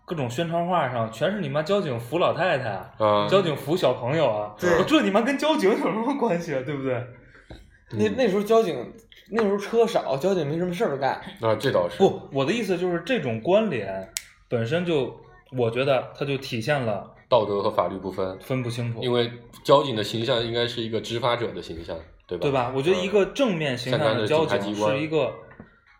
[SPEAKER 4] 各种宣传画上全是你妈交警扶老太太啊，
[SPEAKER 3] 啊，
[SPEAKER 4] 交警扶小朋友啊，
[SPEAKER 2] 对
[SPEAKER 4] 我这你妈跟交警有什么关系啊？对不对？
[SPEAKER 2] 那
[SPEAKER 3] 嗯
[SPEAKER 2] 那时候交警那时候车少，交警没什么事儿干，
[SPEAKER 3] 啊，这倒是
[SPEAKER 4] 不，我的意思就是这种关联本身就，我觉得它就体现了
[SPEAKER 3] 道德和法律不分，
[SPEAKER 4] 分不清楚，
[SPEAKER 3] 因为交警的形象应该是一个执法者的形象，对吧？
[SPEAKER 4] 对吧？我觉得一个正面形象的交
[SPEAKER 3] 嗯像咱的
[SPEAKER 4] 警
[SPEAKER 3] 警察机关
[SPEAKER 4] 是一个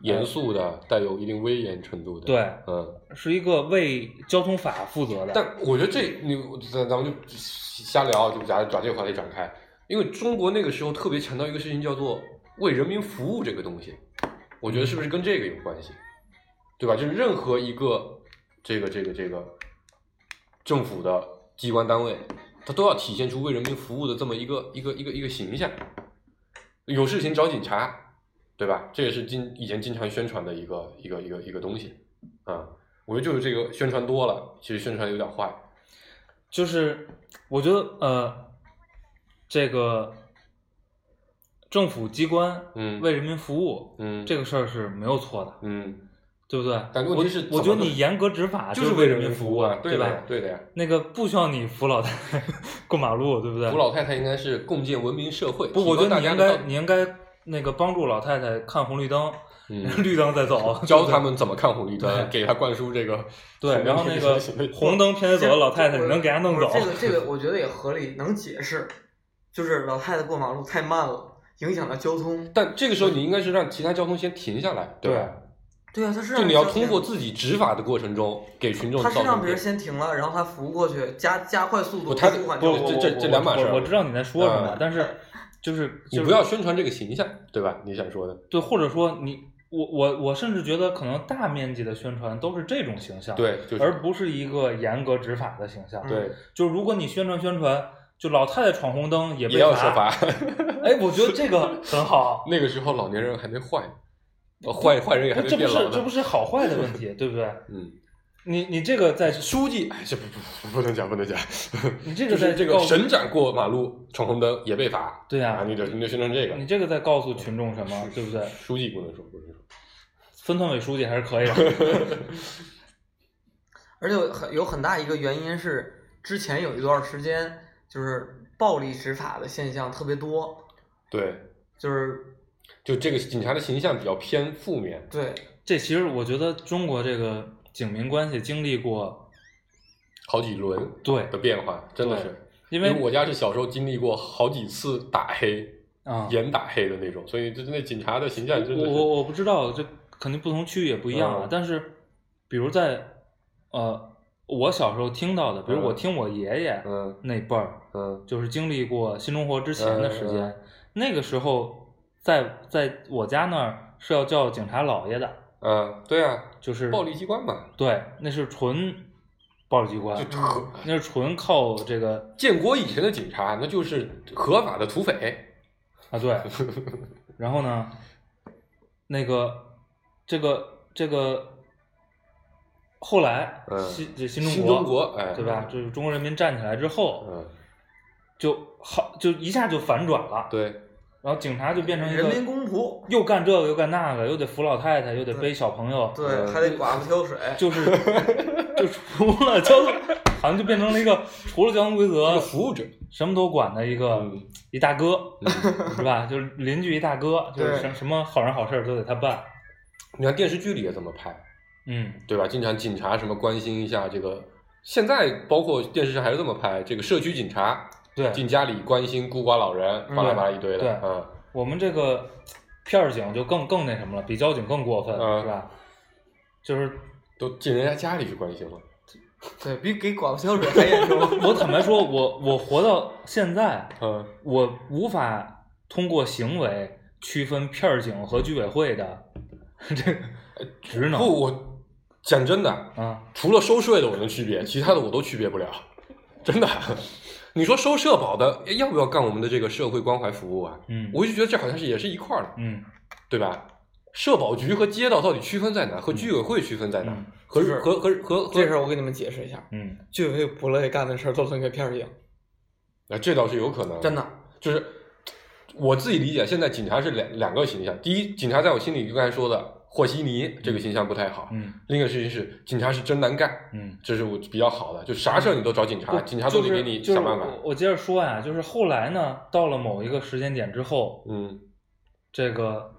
[SPEAKER 3] 严肃的、带有一定威严程度的，
[SPEAKER 4] 对，
[SPEAKER 3] 嗯。
[SPEAKER 4] 是一个为交通法负责的，
[SPEAKER 3] 但我觉得这你咱咱们就瞎聊，啊就咱把这个话题展开，因为中国那个时候特别强调一个事情，叫做为人民服务这个东西，我觉得是不是跟这个有关系，对吧？就是任何一个这个这个这个政府的机关单位，它都要体现出为人民服务的这么一个一个一个一个形象，有事情找警察，对吧？这也是经以前经常宣传的一个一个一个一个东西，啊、我觉得就是这个宣传多了，其实宣传有点坏。
[SPEAKER 4] 就是我觉得呃，这个政府机关
[SPEAKER 3] 嗯
[SPEAKER 4] 为人民服务、
[SPEAKER 3] 嗯，
[SPEAKER 4] 这个事儿是没有错的，
[SPEAKER 3] 嗯，
[SPEAKER 4] 对不对？
[SPEAKER 3] 但问
[SPEAKER 4] 我
[SPEAKER 3] 题是
[SPEAKER 4] 我
[SPEAKER 3] 怎
[SPEAKER 4] 觉
[SPEAKER 3] 么
[SPEAKER 4] 得你
[SPEAKER 3] 能
[SPEAKER 4] 严格执法
[SPEAKER 3] 就是
[SPEAKER 4] 为
[SPEAKER 3] 人
[SPEAKER 4] 民
[SPEAKER 3] 服
[SPEAKER 4] 务
[SPEAKER 3] 啊，
[SPEAKER 4] 对
[SPEAKER 3] 的
[SPEAKER 4] 吧？
[SPEAKER 3] 呀，对的呀。
[SPEAKER 4] 那个不需要你扶老太太 过马路，对不对？
[SPEAKER 3] 扶老太太应该是共建文明社会。
[SPEAKER 4] 不，
[SPEAKER 3] 提高
[SPEAKER 4] 我觉得
[SPEAKER 3] 大
[SPEAKER 4] 你
[SPEAKER 3] 家
[SPEAKER 4] 应
[SPEAKER 3] 的
[SPEAKER 4] 该
[SPEAKER 3] 道
[SPEAKER 4] 你应该那个帮助老太太看红绿 灯，
[SPEAKER 3] 嗯，
[SPEAKER 4] 绿灯再 走，对
[SPEAKER 3] 教
[SPEAKER 4] 不对
[SPEAKER 3] 他们怎么看红绿灯，给他灌输这个
[SPEAKER 4] 对，然后那个 红灯偏左的老太太， 你能给她弄走
[SPEAKER 2] 不？是这个这个我觉得也合理，能解释，就是老太太过马路太慢了，影响了交通。
[SPEAKER 3] 但这个时候你应该是让其他交通先停下来，
[SPEAKER 4] 对
[SPEAKER 3] 吧？
[SPEAKER 2] 对啊，他是
[SPEAKER 3] 就
[SPEAKER 2] 让
[SPEAKER 3] 你要
[SPEAKER 2] 人
[SPEAKER 3] 通
[SPEAKER 2] 先
[SPEAKER 3] 过
[SPEAKER 2] 停
[SPEAKER 3] 自己执法的过程中给群众
[SPEAKER 2] 他
[SPEAKER 3] 造
[SPEAKER 2] 是让
[SPEAKER 3] 成
[SPEAKER 2] 别人先停了，然后他扶过去，加加快速度，
[SPEAKER 3] 不他
[SPEAKER 2] 舒缓
[SPEAKER 3] 不
[SPEAKER 2] 交
[SPEAKER 3] 这
[SPEAKER 2] 通。
[SPEAKER 3] 这这两码事儿
[SPEAKER 4] 我我知道你在说什么
[SPEAKER 3] 嗯，
[SPEAKER 4] 但是就是
[SPEAKER 3] 你
[SPEAKER 4] 就是
[SPEAKER 3] 不要宣传这个形象，对吧？你想说的，
[SPEAKER 4] 对，或者说你我我我甚至觉得，可能大面积的宣传都是这种形象，，
[SPEAKER 3] 对，就是
[SPEAKER 4] 而不是一个严格执法的形象。
[SPEAKER 2] 嗯
[SPEAKER 3] 对，
[SPEAKER 4] 就如果你宣传宣传，就老太太闯红灯也被
[SPEAKER 3] 也要受罚。。
[SPEAKER 4] 哎，我觉得这个很好
[SPEAKER 3] 那个时候老年人还没坏呢，呃坏坏人也还
[SPEAKER 4] 那
[SPEAKER 3] 没
[SPEAKER 4] 这不
[SPEAKER 3] 变
[SPEAKER 4] 是
[SPEAKER 3] 老
[SPEAKER 4] 这不
[SPEAKER 3] 呢。
[SPEAKER 4] 是好坏的问题，对不对？
[SPEAKER 3] 嗯，
[SPEAKER 4] 你你这个在
[SPEAKER 3] 书记，哎，这不不不不能讲，不能讲。
[SPEAKER 4] 你这
[SPEAKER 3] 就
[SPEAKER 4] 个在
[SPEAKER 3] 是这个
[SPEAKER 4] 告诉
[SPEAKER 3] 神长过马路闯红灯也被罚，
[SPEAKER 4] 对呀
[SPEAKER 3] 啊，你得你得宣传这个
[SPEAKER 4] 你，这个在告诉群众什么，对不对？
[SPEAKER 3] 书记不能说，不能说，
[SPEAKER 4] 分团委书记还是可以 的。
[SPEAKER 2] 而且有很有很大一个原因是，之前有一段时间就是暴力执法的现象特别多，
[SPEAKER 3] 对，
[SPEAKER 2] 就是
[SPEAKER 3] 就这个警察的形象比较偏负面，
[SPEAKER 2] 对，
[SPEAKER 4] 这其实我觉得中国这个警民关系经历过，
[SPEAKER 3] 好几轮
[SPEAKER 4] 对，
[SPEAKER 3] 的变化，真的是，
[SPEAKER 4] 因
[SPEAKER 3] 因
[SPEAKER 4] 为
[SPEAKER 3] 为我家是小时候经历过好几次打黑，
[SPEAKER 4] 啊，
[SPEAKER 3] 严打黑的那种，所以这那警察的形象真的
[SPEAKER 4] 我
[SPEAKER 3] 是，
[SPEAKER 4] 我我不知道，这肯定不同区域也不一样啊。
[SPEAKER 3] 嗯
[SPEAKER 4] 但是，比如在呃，我小时候听到的，比如
[SPEAKER 3] 嗯
[SPEAKER 4] 我听我爷爷
[SPEAKER 3] 嗯
[SPEAKER 4] 那辈儿，
[SPEAKER 3] 嗯
[SPEAKER 4] 就是经历过新中国之前的时
[SPEAKER 3] 嗯
[SPEAKER 4] 间
[SPEAKER 3] 嗯，
[SPEAKER 4] 那个时候在在我家那儿是要叫警察老爷的，
[SPEAKER 3] 嗯，对啊，
[SPEAKER 4] 就是
[SPEAKER 3] 暴力机关嘛，
[SPEAKER 4] 对，那是纯暴力机关
[SPEAKER 3] 就，特
[SPEAKER 4] 那是纯靠这个
[SPEAKER 3] 建国以前的警察那就是合法的土匪，
[SPEAKER 4] 啊，对。然后呢，那个这个这个后来、
[SPEAKER 3] 嗯
[SPEAKER 4] 新这新中
[SPEAKER 3] 新
[SPEAKER 4] 国
[SPEAKER 3] 中国，哎，
[SPEAKER 4] 对吧？就是中国人民站起来之后，
[SPEAKER 3] 嗯，
[SPEAKER 4] 就好就一下就反转了，
[SPEAKER 3] 对，
[SPEAKER 4] 然后警察就变成一个
[SPEAKER 2] 人民公仆，
[SPEAKER 4] 又干这个又干那个，又得扶老太太，又得背小朋友，
[SPEAKER 2] 对，还得寡妇挑水，
[SPEAKER 4] 就是 就除了交通，好像就变成了一个除了交通规
[SPEAKER 3] 一
[SPEAKER 4] 则
[SPEAKER 3] 个服务者，
[SPEAKER 4] 什么都管的一个、
[SPEAKER 3] 嗯
[SPEAKER 4] 一大哥， 是吧？就是邻居一大哥，就是
[SPEAKER 2] 对
[SPEAKER 4] 什什么好人好事儿都得他办，
[SPEAKER 3] 你看电视剧里也这么拍，
[SPEAKER 4] 嗯。
[SPEAKER 3] 对吧？经常警察什么关心一下这个，现在包括电视上还是这么拍，这个社区警察
[SPEAKER 4] 对，
[SPEAKER 3] 进家里关心孤寡老人，
[SPEAKER 2] 嗯
[SPEAKER 3] 巴拉巴拉一堆
[SPEAKER 4] 对
[SPEAKER 3] 的，嗯
[SPEAKER 4] 我们这个片儿警就更更那什么了，比交警更过分，
[SPEAKER 3] 嗯
[SPEAKER 4] 是吧？就是
[SPEAKER 3] 都进人家家里去关心了，
[SPEAKER 2] 对比给寡妇挑水还严重。
[SPEAKER 4] 我坦白说，我我活到现在，
[SPEAKER 3] 嗯
[SPEAKER 4] 我无法通过行为区分片儿警和居委会的这个职能
[SPEAKER 3] 不，我讲真的，
[SPEAKER 4] 啊。
[SPEAKER 3] 除了收税的我能区别，其他的我都区别不了，真的。 你说收社保的哎要不要干我们的这个社会关怀服务啊？
[SPEAKER 4] 嗯
[SPEAKER 3] 我就觉得这好像是也是一块儿的，
[SPEAKER 4] 嗯，
[SPEAKER 3] 对吧？社保局和街道到底区分在哪？和居委会区分在哪
[SPEAKER 4] 嗯？
[SPEAKER 3] 和
[SPEAKER 2] 是
[SPEAKER 3] 和和和 和
[SPEAKER 2] 这事儿我给你们解释一下，
[SPEAKER 4] 嗯
[SPEAKER 2] 居委会不乐意干的事儿都能给片儿警，
[SPEAKER 3] 啊，这倒是有可能，
[SPEAKER 2] 真的。
[SPEAKER 3] 就是我自己理解，现在警察是两两个形象。第一，警察在我心里就刚才说的和稀泥这个形象不太好；
[SPEAKER 4] 嗯
[SPEAKER 3] 另一个事情是，警察是真难干，
[SPEAKER 4] 嗯，
[SPEAKER 3] 这是我比较好的，就啥事儿你都找警察，
[SPEAKER 4] 不
[SPEAKER 3] 啊警察都得
[SPEAKER 4] 就是
[SPEAKER 3] 给你
[SPEAKER 4] 就是
[SPEAKER 3] 想办法。
[SPEAKER 4] 我我接着说呀、就是后来呢，到了某一个时间点之后，
[SPEAKER 3] 嗯
[SPEAKER 4] 这个。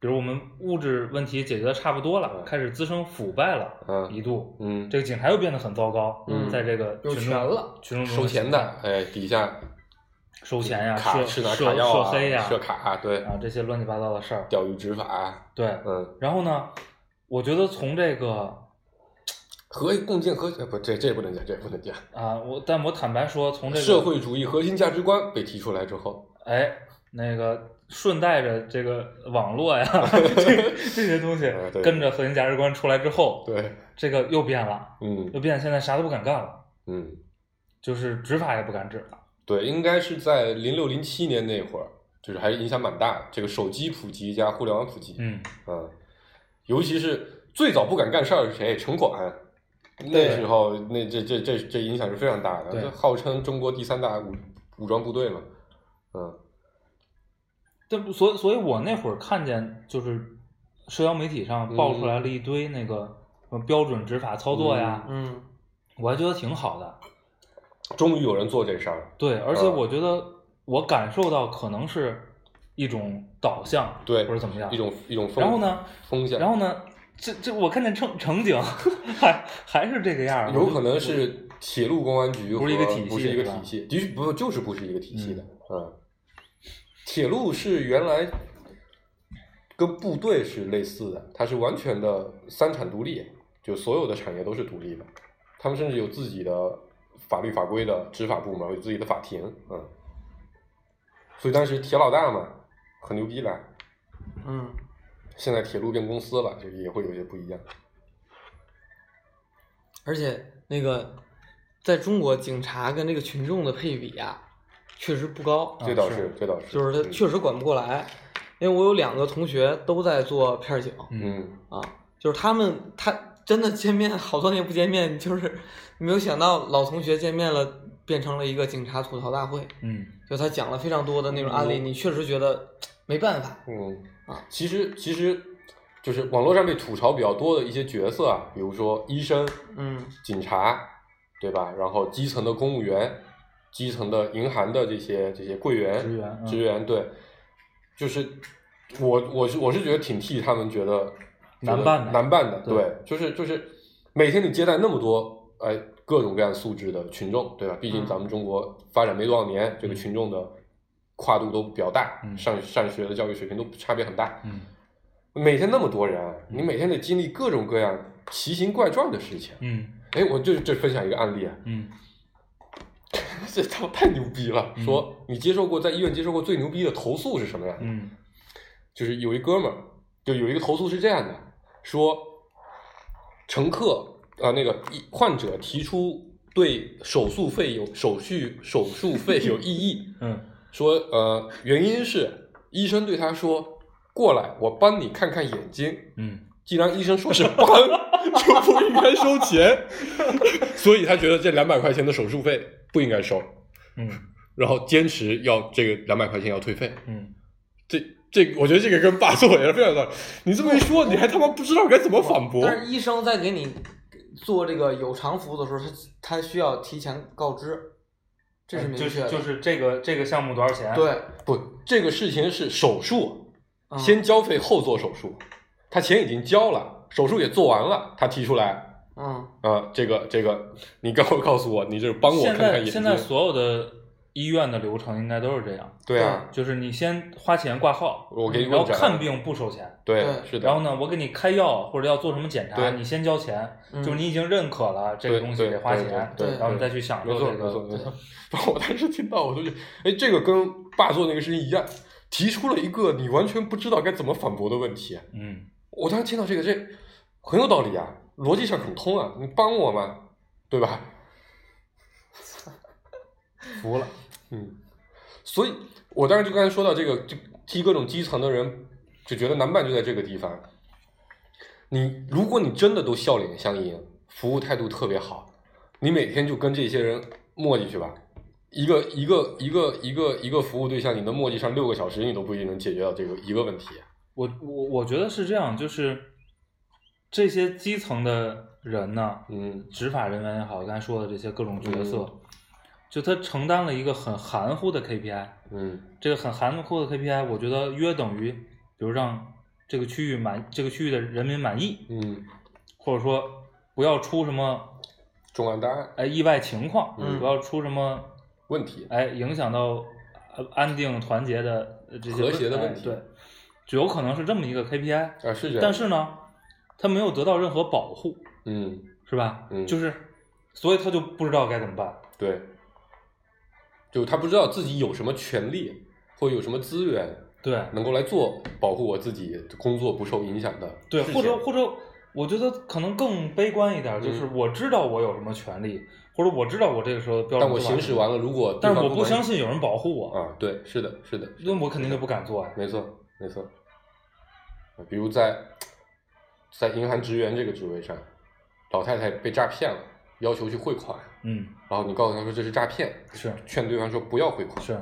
[SPEAKER 4] 比如我们物质问题解决的差不多了，
[SPEAKER 3] 嗯
[SPEAKER 4] 开始滋生腐败了，
[SPEAKER 3] 嗯
[SPEAKER 4] 一度，
[SPEAKER 3] 嗯，
[SPEAKER 4] 这个警察又变得很糟糕，
[SPEAKER 3] 嗯
[SPEAKER 4] 在这个
[SPEAKER 2] 有
[SPEAKER 4] 群
[SPEAKER 2] 权
[SPEAKER 4] 众
[SPEAKER 2] 了，
[SPEAKER 4] 群众中
[SPEAKER 3] 收钱的
[SPEAKER 4] 形象，
[SPEAKER 3] 哎，底下
[SPEAKER 4] 收钱呀、
[SPEAKER 3] 卡
[SPEAKER 4] 啊涉
[SPEAKER 3] 是拿
[SPEAKER 4] 涉
[SPEAKER 3] 卡药
[SPEAKER 4] 涉
[SPEAKER 3] 啊，
[SPEAKER 4] 黑呀、
[SPEAKER 3] 涉卡啊对，
[SPEAKER 4] 啊这些乱七八糟的事儿。
[SPEAKER 3] 钓鱼执法，
[SPEAKER 4] 对，
[SPEAKER 3] 嗯，
[SPEAKER 4] 然后呢，我觉得从这个
[SPEAKER 3] 和共建和不这这不能讲，这不能讲。
[SPEAKER 4] 啊，我但我坦白说，从这个
[SPEAKER 3] 社会主义核心价值观被提出来之后，
[SPEAKER 4] 哎那个顺带着这个网络 呀这这些东西
[SPEAKER 3] 哎对
[SPEAKER 4] 跟着核心价值观出来之后，
[SPEAKER 3] 对，
[SPEAKER 4] 这个又变了，
[SPEAKER 3] 嗯
[SPEAKER 4] 又变，现在啥都不敢干了，
[SPEAKER 3] 嗯，
[SPEAKER 4] 就是执法也不敢执了。
[SPEAKER 3] 对，应该是在零六零七年那会儿，就是还是影响蛮大的。这个手机普及加互联网普及，
[SPEAKER 4] 嗯，
[SPEAKER 3] 嗯，尤其是最早不敢干事儿是谁？城管，那时候那这这这这影响是非常大的，
[SPEAKER 4] 对
[SPEAKER 3] 就号称中国第三大武武装部队嘛，嗯
[SPEAKER 4] 这不，所以所以我那会儿看见就是社交媒体
[SPEAKER 3] 嗯
[SPEAKER 4] 上爆出来了一堆那个什么标准执法操作呀，
[SPEAKER 2] 嗯，
[SPEAKER 4] 我还觉得挺好的。
[SPEAKER 3] 终于有人做这事儿了。
[SPEAKER 4] 对，而且
[SPEAKER 3] 啊
[SPEAKER 4] 我觉得我感受到可能是一种导向，
[SPEAKER 3] 对
[SPEAKER 4] 或者怎么样
[SPEAKER 3] 一。种一种风，
[SPEAKER 4] 然后呢，
[SPEAKER 3] 风向，
[SPEAKER 4] 然后呢，这这我看见乘乘警还还是这个样儿，
[SPEAKER 3] 有
[SPEAKER 4] 我就
[SPEAKER 3] 可能是铁路公安局
[SPEAKER 4] 不是一
[SPEAKER 3] 和
[SPEAKER 4] 个体系
[SPEAKER 3] 不是一个
[SPEAKER 4] 是吧
[SPEAKER 3] 体系，的确不就是不是一个体系的，嗯，铁路是原来跟部队是类似的，它是完全的三产独立，就所有的产业都是独立的，他们甚至有自己的法律法规的执法部门，有自己的法庭，嗯，所以当时铁老大嘛，很牛逼了，
[SPEAKER 2] 嗯，
[SPEAKER 3] 现在铁路变公司了，就也会有些不一样。
[SPEAKER 2] 而且那个在中国警察跟这个群众的配比啊，确实不高，
[SPEAKER 4] 啊
[SPEAKER 3] 这倒
[SPEAKER 4] 是
[SPEAKER 3] 是，这倒是，
[SPEAKER 2] 就是他
[SPEAKER 3] 嗯
[SPEAKER 2] 确实管不过来。因为我有两个同学都在做片儿警
[SPEAKER 3] 嗯，
[SPEAKER 2] 啊，就是他们他真的见面好多年不见面，就是没有想到老同学见面了，变成了一个警察吐槽大会。
[SPEAKER 4] 嗯，
[SPEAKER 2] 就他讲了非常多的那种案例，
[SPEAKER 3] 嗯
[SPEAKER 2] 你确实觉得没办法。
[SPEAKER 3] 嗯
[SPEAKER 2] 啊，
[SPEAKER 3] 其实其实就是网络上被吐槽比较多的一些角色啊，比如说医生、
[SPEAKER 2] 嗯
[SPEAKER 3] 警察，对吧？然后基层的公务员、基层的银行的这些这些柜员、
[SPEAKER 4] 职员嗯
[SPEAKER 3] 职员对，就是我我是我是觉得挺替他们觉得
[SPEAKER 4] 难
[SPEAKER 3] 觉得
[SPEAKER 4] 办的
[SPEAKER 3] 难办的，
[SPEAKER 4] 对
[SPEAKER 3] 对，就是就是每天你接待那么多哎各种各样素质的群众，对吧？毕竟
[SPEAKER 2] 嗯
[SPEAKER 3] 咱们中国发展没多少年，这个
[SPEAKER 4] 嗯
[SPEAKER 3] 群众的跨度都比较大，
[SPEAKER 4] 嗯
[SPEAKER 3] 上上学的教育水平都差别很大，
[SPEAKER 4] 嗯
[SPEAKER 3] 每天那么多人，啊你每天得经历各种各样奇形怪状的事情。
[SPEAKER 4] 嗯
[SPEAKER 3] 哎，我就这分享一个案例啊，
[SPEAKER 4] 嗯
[SPEAKER 3] 这他妈太牛逼了！
[SPEAKER 4] 嗯
[SPEAKER 3] 说你接受过在医院接受过最牛逼的投诉是什么呀？
[SPEAKER 4] 嗯
[SPEAKER 3] 就是有一哥们儿，就有一个投诉是这样的，说乘客啊、呃那个一患者提出对手术费有手续手术费有异议，
[SPEAKER 4] 嗯
[SPEAKER 3] 说呃原因是医生对他说过来我帮你看看眼睛，
[SPEAKER 4] 嗯，
[SPEAKER 3] 既然医生说是帮， 就不应该收钱， 所以他觉得这两百块钱的手术费不应该收，
[SPEAKER 4] 嗯
[SPEAKER 3] 然后坚持要这个两百块钱要退费。
[SPEAKER 4] 嗯，
[SPEAKER 3] 这这，我觉得这个跟霸座也是非常的。你这么一说，你还他妈不知道该怎么反驳。
[SPEAKER 2] 但是医生在给你做这个有偿服务的时候，他他需要提前告知，这是明
[SPEAKER 4] 哎嗯就
[SPEAKER 2] 确的。
[SPEAKER 4] 是就是这个这个项目多少钱？，
[SPEAKER 2] 对，
[SPEAKER 3] 不，这个事情是手术，
[SPEAKER 2] 嗯
[SPEAKER 3] 先交费后做手术。他钱已经交了，手术也做完了，他提出来
[SPEAKER 2] 嗯
[SPEAKER 3] 啊、这个这个，你告 告诉我，你这是帮我看
[SPEAKER 4] 现
[SPEAKER 3] 看
[SPEAKER 4] 在
[SPEAKER 3] 眼睛。
[SPEAKER 4] 现在所有的医院的流程应该都是这样，
[SPEAKER 3] 对啊，
[SPEAKER 4] 就是你先花钱挂号，嗯
[SPEAKER 3] 我给你
[SPEAKER 4] 然后
[SPEAKER 3] 问诊
[SPEAKER 4] 看病不收钱，
[SPEAKER 3] 对
[SPEAKER 2] 对
[SPEAKER 3] 是的。
[SPEAKER 4] 然后呢，我给你开药或者要做什么检查，
[SPEAKER 3] 对
[SPEAKER 4] 你先交钱，
[SPEAKER 2] 嗯
[SPEAKER 4] 就是你已经认可了这
[SPEAKER 3] 对
[SPEAKER 4] 个东西
[SPEAKER 3] 对
[SPEAKER 4] 得花
[SPEAKER 3] 对
[SPEAKER 4] 钱，
[SPEAKER 3] 对
[SPEAKER 2] 对
[SPEAKER 4] 然后你再去享
[SPEAKER 3] 没
[SPEAKER 4] 受
[SPEAKER 3] 错
[SPEAKER 4] 这
[SPEAKER 3] 没错没错
[SPEAKER 4] 个。。
[SPEAKER 3] 然后我当时听到，我就觉得，哎，这个跟霸座那个事情一样，提出了一个你完全不知道该怎么反驳的问题。
[SPEAKER 4] 嗯
[SPEAKER 3] 我当时听到这个，这很有道理啊，逻辑上很通啊，你帮我嘛，对吧？服了，嗯。所以我当时就刚才说到这个，就替各种基层的人就觉得难办，就在这个地方。你如果你真的都笑脸相迎，服务态度特别好，你每天就跟这些人磨叽去吧。一个一个一个一个一个服务对象，你能磨叽上六个小时，你都不一定能解决到这个一个问题。啊
[SPEAKER 4] 我我我觉得是这样，就是这些基层的人呢，
[SPEAKER 3] 嗯
[SPEAKER 4] 执法人员也好，刚才说的这些各种角色，
[SPEAKER 3] 嗯
[SPEAKER 4] 就他承担了一个很含糊的 KPI，
[SPEAKER 3] 嗯
[SPEAKER 4] 这个很含糊的 KPI，我觉得约等于，比如让这个区域满这个区域的人民满意，
[SPEAKER 3] 嗯，
[SPEAKER 4] 或者说不要出什么
[SPEAKER 3] 重案大案
[SPEAKER 4] 哎意外情况，
[SPEAKER 2] 嗯
[SPEAKER 4] 不要出什么
[SPEAKER 3] 问题，
[SPEAKER 4] 哎影响到呃安定团结的呃这些
[SPEAKER 3] 和谐的
[SPEAKER 4] 哎
[SPEAKER 3] 问题
[SPEAKER 4] 对，就有可能是这么一个 KPI，
[SPEAKER 3] 啊是这样。
[SPEAKER 4] 但是呢，他没有得到任何保护，
[SPEAKER 3] 嗯，
[SPEAKER 4] 是吧？
[SPEAKER 3] 嗯
[SPEAKER 4] 就是，所以他就不知道该怎么办。
[SPEAKER 3] 对，就他不知道自己有什么权利或有什么资源
[SPEAKER 4] 对
[SPEAKER 3] 能够来做保护我自己工作不受影响的
[SPEAKER 4] 对，
[SPEAKER 3] 事
[SPEAKER 4] 或者
[SPEAKER 3] 情
[SPEAKER 4] 或者，我觉得可能更悲观一点，就是
[SPEAKER 3] 嗯
[SPEAKER 4] 我知道我有什么权利，或者我知道我这个时候标准，
[SPEAKER 3] 但我行使完了，，如果对
[SPEAKER 4] 但是
[SPEAKER 3] 方
[SPEAKER 4] 我不
[SPEAKER 3] 满意
[SPEAKER 4] 相信有人保护我，
[SPEAKER 3] 啊，对，是的，是的，是的
[SPEAKER 4] 那我肯定就不敢做呀。
[SPEAKER 3] 没错，没错。比如在在银行职员这个职位上，老太太被诈骗了，要求去汇款，
[SPEAKER 4] 嗯，
[SPEAKER 3] 然后你告诉她说这是诈骗，
[SPEAKER 4] 是
[SPEAKER 3] 劝对方说不要汇款，
[SPEAKER 4] 是，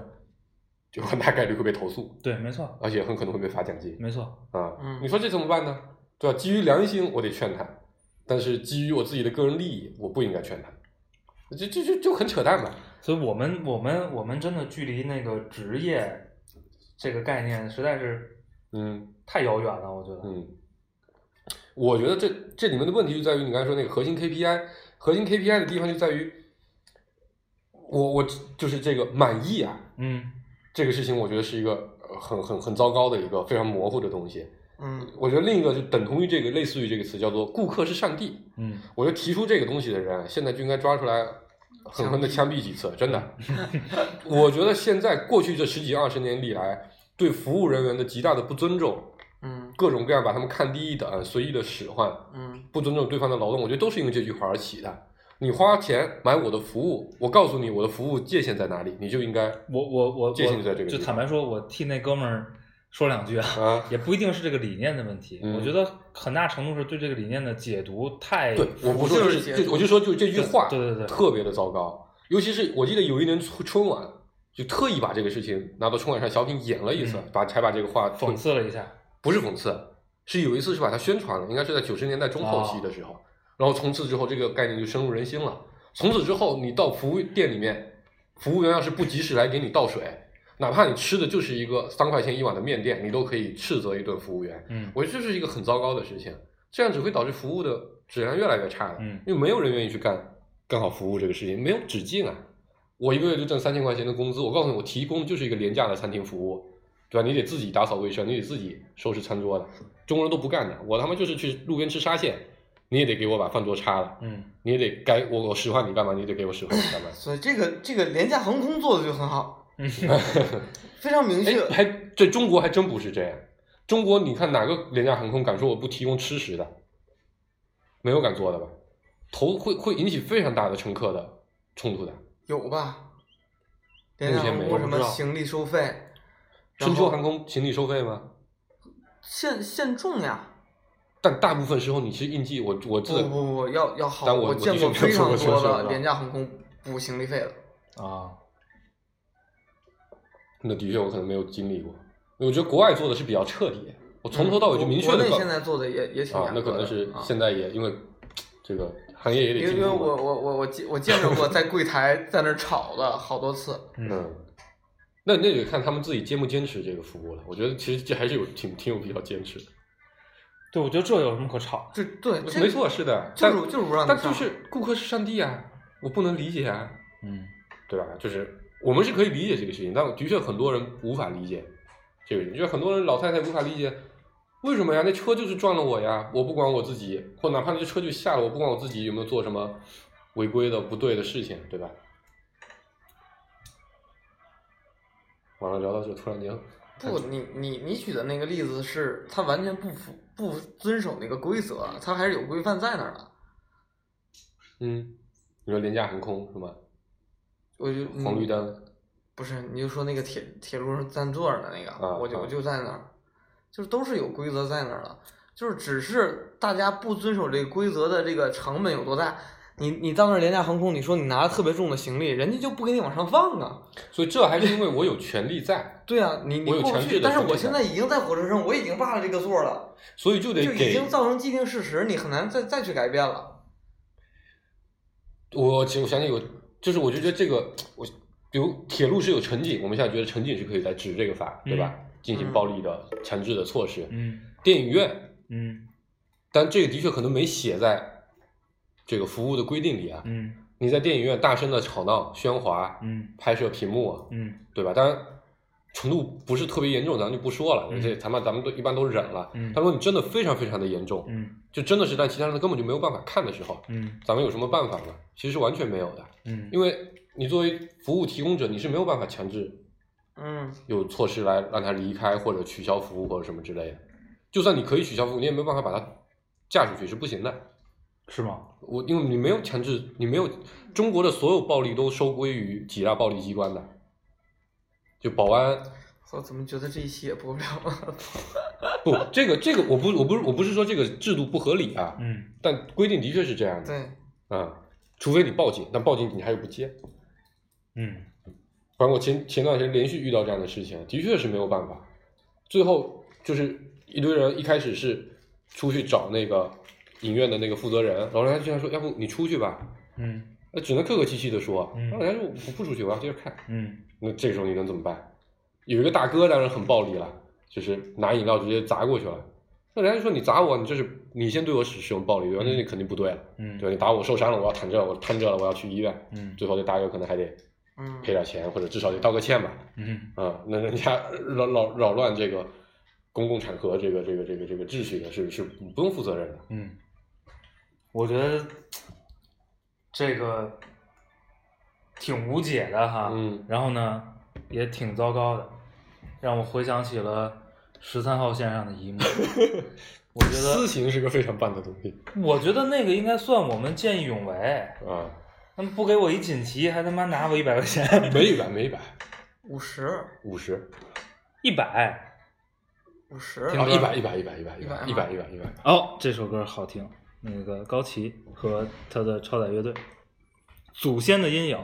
[SPEAKER 3] 就很大概率会被投诉，
[SPEAKER 4] 对，没错，
[SPEAKER 3] 而且很可能会被罚奖金。
[SPEAKER 4] 没错，
[SPEAKER 3] 啊，
[SPEAKER 2] 嗯
[SPEAKER 3] 你说这怎么办呢？对吧？基于良心，我得劝他，但是基于我自己的个人利益，我不应该劝他，这这就就很扯淡嘛。
[SPEAKER 4] 所以我们我们我们真的距离那个职业这个概念实在是
[SPEAKER 3] 嗯
[SPEAKER 4] 太遥远了，我觉得。
[SPEAKER 3] 嗯，我觉得这这里面的问题就在于你刚才说那个核心 KPI，核心 KPI 的地方就在于，我我就是这个满意啊，
[SPEAKER 4] 嗯
[SPEAKER 3] 这个事情我觉得是一个呃很很很糟糕的一个非常模糊的东西。
[SPEAKER 2] 嗯
[SPEAKER 3] 我觉得另一个就等同于这个类似于这个词叫做“顾客是上帝”。
[SPEAKER 4] 嗯
[SPEAKER 3] 我觉得提出这个东西的人，现在就应该抓出来，狠狠的枪毙几次，真的。我觉得现在过去这十几二十年历来，对服务人员的极大的不尊重，
[SPEAKER 2] 嗯
[SPEAKER 3] 各种各样把他们看低一等、随意的使唤，
[SPEAKER 2] 嗯
[SPEAKER 3] 不尊重对方的劳动，我觉得都是因为这句话而起的。你花钱买我的服务，我告诉你我的服务界限在哪里，你就应该
[SPEAKER 4] 我我我我
[SPEAKER 3] 界限就在这个地
[SPEAKER 4] 就
[SPEAKER 3] 方
[SPEAKER 4] 坦白说，我替那哥们儿说两句啊，
[SPEAKER 3] 啊，
[SPEAKER 4] 也不一定是这个理念的问题，
[SPEAKER 3] 嗯
[SPEAKER 4] 我觉得很大程度是对这个理念的解读太
[SPEAKER 3] 对，我不说
[SPEAKER 2] 就
[SPEAKER 3] 就是是
[SPEAKER 2] 解。
[SPEAKER 3] 这，我就说就是这句话，
[SPEAKER 4] 对对对对
[SPEAKER 3] 特别的糟糕。尤其是我记得有一年春春晚，就特意把这个事情拿到春晚上小品演了一次，
[SPEAKER 4] 嗯
[SPEAKER 3] 把才把这个话
[SPEAKER 4] 讽刺了一下，
[SPEAKER 3] 不是讽刺，是有一次是把它宣传了，应该是在九十年代中后期的时候。然后从此之后，这个概念就深入人心了。从此之后，你到服务店里面，服务员要是不及时来给你倒水，哪怕你吃的就是一个三块钱一碗的面店，你都可以斥责一顿服务员。
[SPEAKER 4] 嗯
[SPEAKER 3] 我觉得这是一个很糟糕的事情，这样只会导致服务的质量越来越差的。
[SPEAKER 4] 嗯
[SPEAKER 3] 因为没有人愿意去干干好服务这个事情，没有止境啊。我一个月就挣三千块钱的工资，我告诉你，我提供的就是一个廉价的餐厅服务，对吧？你得自己打扫卫生，你得自己收拾餐桌的，中国人都不干的。我他妈就是去路边吃沙县，你也得给我把饭桌擦了，
[SPEAKER 4] 嗯，
[SPEAKER 3] 你也得该我我使唤你干嘛，你得给我使唤你干嘛
[SPEAKER 2] 所以这个这个廉价航空做的就很好， 非常明确。
[SPEAKER 3] 嗯哎，还这中国还真不是这样，中国你看哪个廉价航空敢说我不提供吃食的？没有敢做的吧？头会会引起非常大的乘客的冲突的。
[SPEAKER 2] 有吧？廉价
[SPEAKER 3] 目前
[SPEAKER 2] 航
[SPEAKER 3] 没
[SPEAKER 2] 空
[SPEAKER 3] 有
[SPEAKER 2] 什
[SPEAKER 3] 不
[SPEAKER 2] 么
[SPEAKER 3] 知道
[SPEAKER 2] 行李收费，然
[SPEAKER 3] 春秋
[SPEAKER 2] 后
[SPEAKER 3] 航空行李收费吗？
[SPEAKER 2] 限限重呀。
[SPEAKER 3] 但大部分时候你去应季，我
[SPEAKER 2] 不
[SPEAKER 3] 我自
[SPEAKER 2] 不不，要要好，
[SPEAKER 3] 但我
[SPEAKER 2] 见过非常
[SPEAKER 3] 我的确没有
[SPEAKER 2] 多
[SPEAKER 3] 收过
[SPEAKER 2] 的廉价航空补行李费的。
[SPEAKER 4] 啊，
[SPEAKER 3] 那的确我可能没有经历过。我觉得国外做的是比较彻底，我从头到尾就明
[SPEAKER 2] 嗯
[SPEAKER 3] 确
[SPEAKER 2] 国
[SPEAKER 3] 的
[SPEAKER 2] 内现在做的也也挺
[SPEAKER 3] 啊，
[SPEAKER 2] 严
[SPEAKER 3] 那
[SPEAKER 2] 格的
[SPEAKER 3] 可能是
[SPEAKER 2] 啊
[SPEAKER 3] 现在也因为这个行业也得
[SPEAKER 2] 因为
[SPEAKER 3] 进
[SPEAKER 2] 因为
[SPEAKER 3] 步
[SPEAKER 2] 我
[SPEAKER 3] 嘛。
[SPEAKER 2] 我我我见我见着过在柜台在那儿吵了好多次，
[SPEAKER 3] 嗯，那那得看他们自己坚不坚持这个服务了。我觉得其实这还是有挺挺有必要坚持的。
[SPEAKER 4] 对，我觉得这有什么可吵
[SPEAKER 2] 这对这
[SPEAKER 3] 没错，是的，
[SPEAKER 2] 就
[SPEAKER 3] 但
[SPEAKER 2] 是就是不让你
[SPEAKER 3] 但
[SPEAKER 2] 上
[SPEAKER 3] 就是顾客是上帝啊，我不能理解啊。
[SPEAKER 4] 的？嗯，
[SPEAKER 3] 对吧？就是我们是可以理解这个事情，但的确很多人无法理解这个事情，就是很多人老太太无法理解为什么呀？那车就是撞了我呀，我不管我自己，或哪怕那车就下了，我不管我自己有没有做什么违规的、不对的事情，对吧？完了，聊到这突然间，
[SPEAKER 2] 不你你你举的那个例子是他完全不服不遵守那个规则，啊他还是有规范在那儿的。
[SPEAKER 3] 嗯，你说廉价航空是吧？
[SPEAKER 2] 我就
[SPEAKER 3] 黄绿
[SPEAKER 2] 嗯
[SPEAKER 3] 灯，
[SPEAKER 2] 不是，你就说那个铁铁路上占座儿的那个，
[SPEAKER 3] 啊
[SPEAKER 2] 我就
[SPEAKER 3] 啊
[SPEAKER 2] 我就在那儿，就是都是有规则在那儿的，就是只是大家不遵守这个规则的这个成本有多大。你你到那儿廉价航空，你说你拿了特别重的行李，人家就不给你往上放啊。
[SPEAKER 3] 所以这还是因为我有权利在，
[SPEAKER 2] 对啊，你你
[SPEAKER 3] 我有
[SPEAKER 2] 过不
[SPEAKER 3] 强
[SPEAKER 2] 去，
[SPEAKER 3] 制的
[SPEAKER 2] 但是
[SPEAKER 3] 权利
[SPEAKER 2] 我现
[SPEAKER 3] 在
[SPEAKER 2] 在已经在火车上，我已经霸了这个座儿了，
[SPEAKER 3] 所以就得
[SPEAKER 2] 就已
[SPEAKER 3] 给
[SPEAKER 2] 经造成既定事实，你很难再再去改变了。
[SPEAKER 3] 我其实我想起有，就是我就觉得这个，我比如铁路是有乘警，我们现在觉得乘警是可以来执这个法，对吧？进行暴力的强制的措施。
[SPEAKER 4] 嗯
[SPEAKER 3] 电影院，
[SPEAKER 4] 嗯
[SPEAKER 3] 但这个的确可能没写在这个服务的规定里啊。
[SPEAKER 4] 嗯
[SPEAKER 3] 你在电影院大声的吵闹、喧哗，
[SPEAKER 4] 嗯
[SPEAKER 3] 拍摄屏幕啊，
[SPEAKER 4] 嗯
[SPEAKER 3] 对吧？当然程度不是特别严重，咱就不说了，
[SPEAKER 4] 嗯
[SPEAKER 3] 这咱们咱们都一般都忍了。
[SPEAKER 4] 嗯
[SPEAKER 3] 他说你真的非常非常的严重，
[SPEAKER 4] 嗯
[SPEAKER 3] 就真的是，但其他人根本就没有办法看的时候，
[SPEAKER 4] 嗯
[SPEAKER 3] 咱们有什么办法呢？其实完全没有的。
[SPEAKER 4] 嗯，
[SPEAKER 3] 因为你作为服务提供者，你是没有办法强制
[SPEAKER 2] 嗯，
[SPEAKER 3] 有措施来让他离开或者取消服务或者什么之类的。就算你可以取消服务，你也没有办法把它架出去，是不行的。
[SPEAKER 4] 是吗？
[SPEAKER 3] 我因为你没有强制，你没有中国的所有暴力都收归于几大暴力机关的，就保安
[SPEAKER 2] 我怎么觉得这一期也播不了了？
[SPEAKER 3] 不这个这个我不我不是我不是说这个制度不合理啊，
[SPEAKER 4] 嗯
[SPEAKER 3] 但规定的确是这样的
[SPEAKER 2] 对，
[SPEAKER 3] 啊、除非你报警，但报警警察又不接。
[SPEAKER 4] 嗯
[SPEAKER 3] 反正我前前段时间连续遇到这样的事情，的确是没有办法。最后就是一堆人一开始是出去找那个影院的那个负责人，然后人家居然说：“要不你出去吧？”
[SPEAKER 4] 嗯
[SPEAKER 3] 那只能客客气气的说。
[SPEAKER 4] 嗯
[SPEAKER 3] 然后人家说：“我不出去，我要接着看。
[SPEAKER 4] 嗯”
[SPEAKER 3] 那这时候你能怎么办？有一个大哥当然很暴力了，就是拿饮料直接砸过去了。那人家说：“你砸我，你这是你先对我使使用暴力，对吧？那你肯定不对了，
[SPEAKER 4] 嗯，
[SPEAKER 3] 对吧？你打我受伤了，我要躺这，我瘫这了，我要去医院。
[SPEAKER 4] 嗯
[SPEAKER 3] 最后这大哥可能还得
[SPEAKER 2] 嗯，
[SPEAKER 3] 赔点钱，或者至少得道个歉吧。”
[SPEAKER 4] 嗯
[SPEAKER 3] 啊，那人家扰扰扰乱这个公共场合这个这个这个这个秩序的是是不用负责任的。
[SPEAKER 4] 嗯，我觉得这个挺无解的哈。
[SPEAKER 3] 嗯
[SPEAKER 4] 然后呢，也挺糟糕的，让我回想起了十三号线上的 一幕。我觉
[SPEAKER 3] 私
[SPEAKER 4] 得，
[SPEAKER 3] 刑是个非常棒的东西
[SPEAKER 4] 我觉得那个应该算我们见义勇为。
[SPEAKER 3] 啊，
[SPEAKER 4] 他们不给我一锦旗，还他妈拿我一百块钱，
[SPEAKER 3] 没一百没一百，
[SPEAKER 2] 五十
[SPEAKER 3] 五十
[SPEAKER 4] 一百。
[SPEAKER 2] 五十
[SPEAKER 4] 挺
[SPEAKER 3] 啊，
[SPEAKER 4] 好
[SPEAKER 3] 一百一百一百一百一百
[SPEAKER 2] 100
[SPEAKER 3] 一百一百一百，
[SPEAKER 4] 哦，这首歌好听。那个高旗和他的超载乐队，《祖先的阴影》。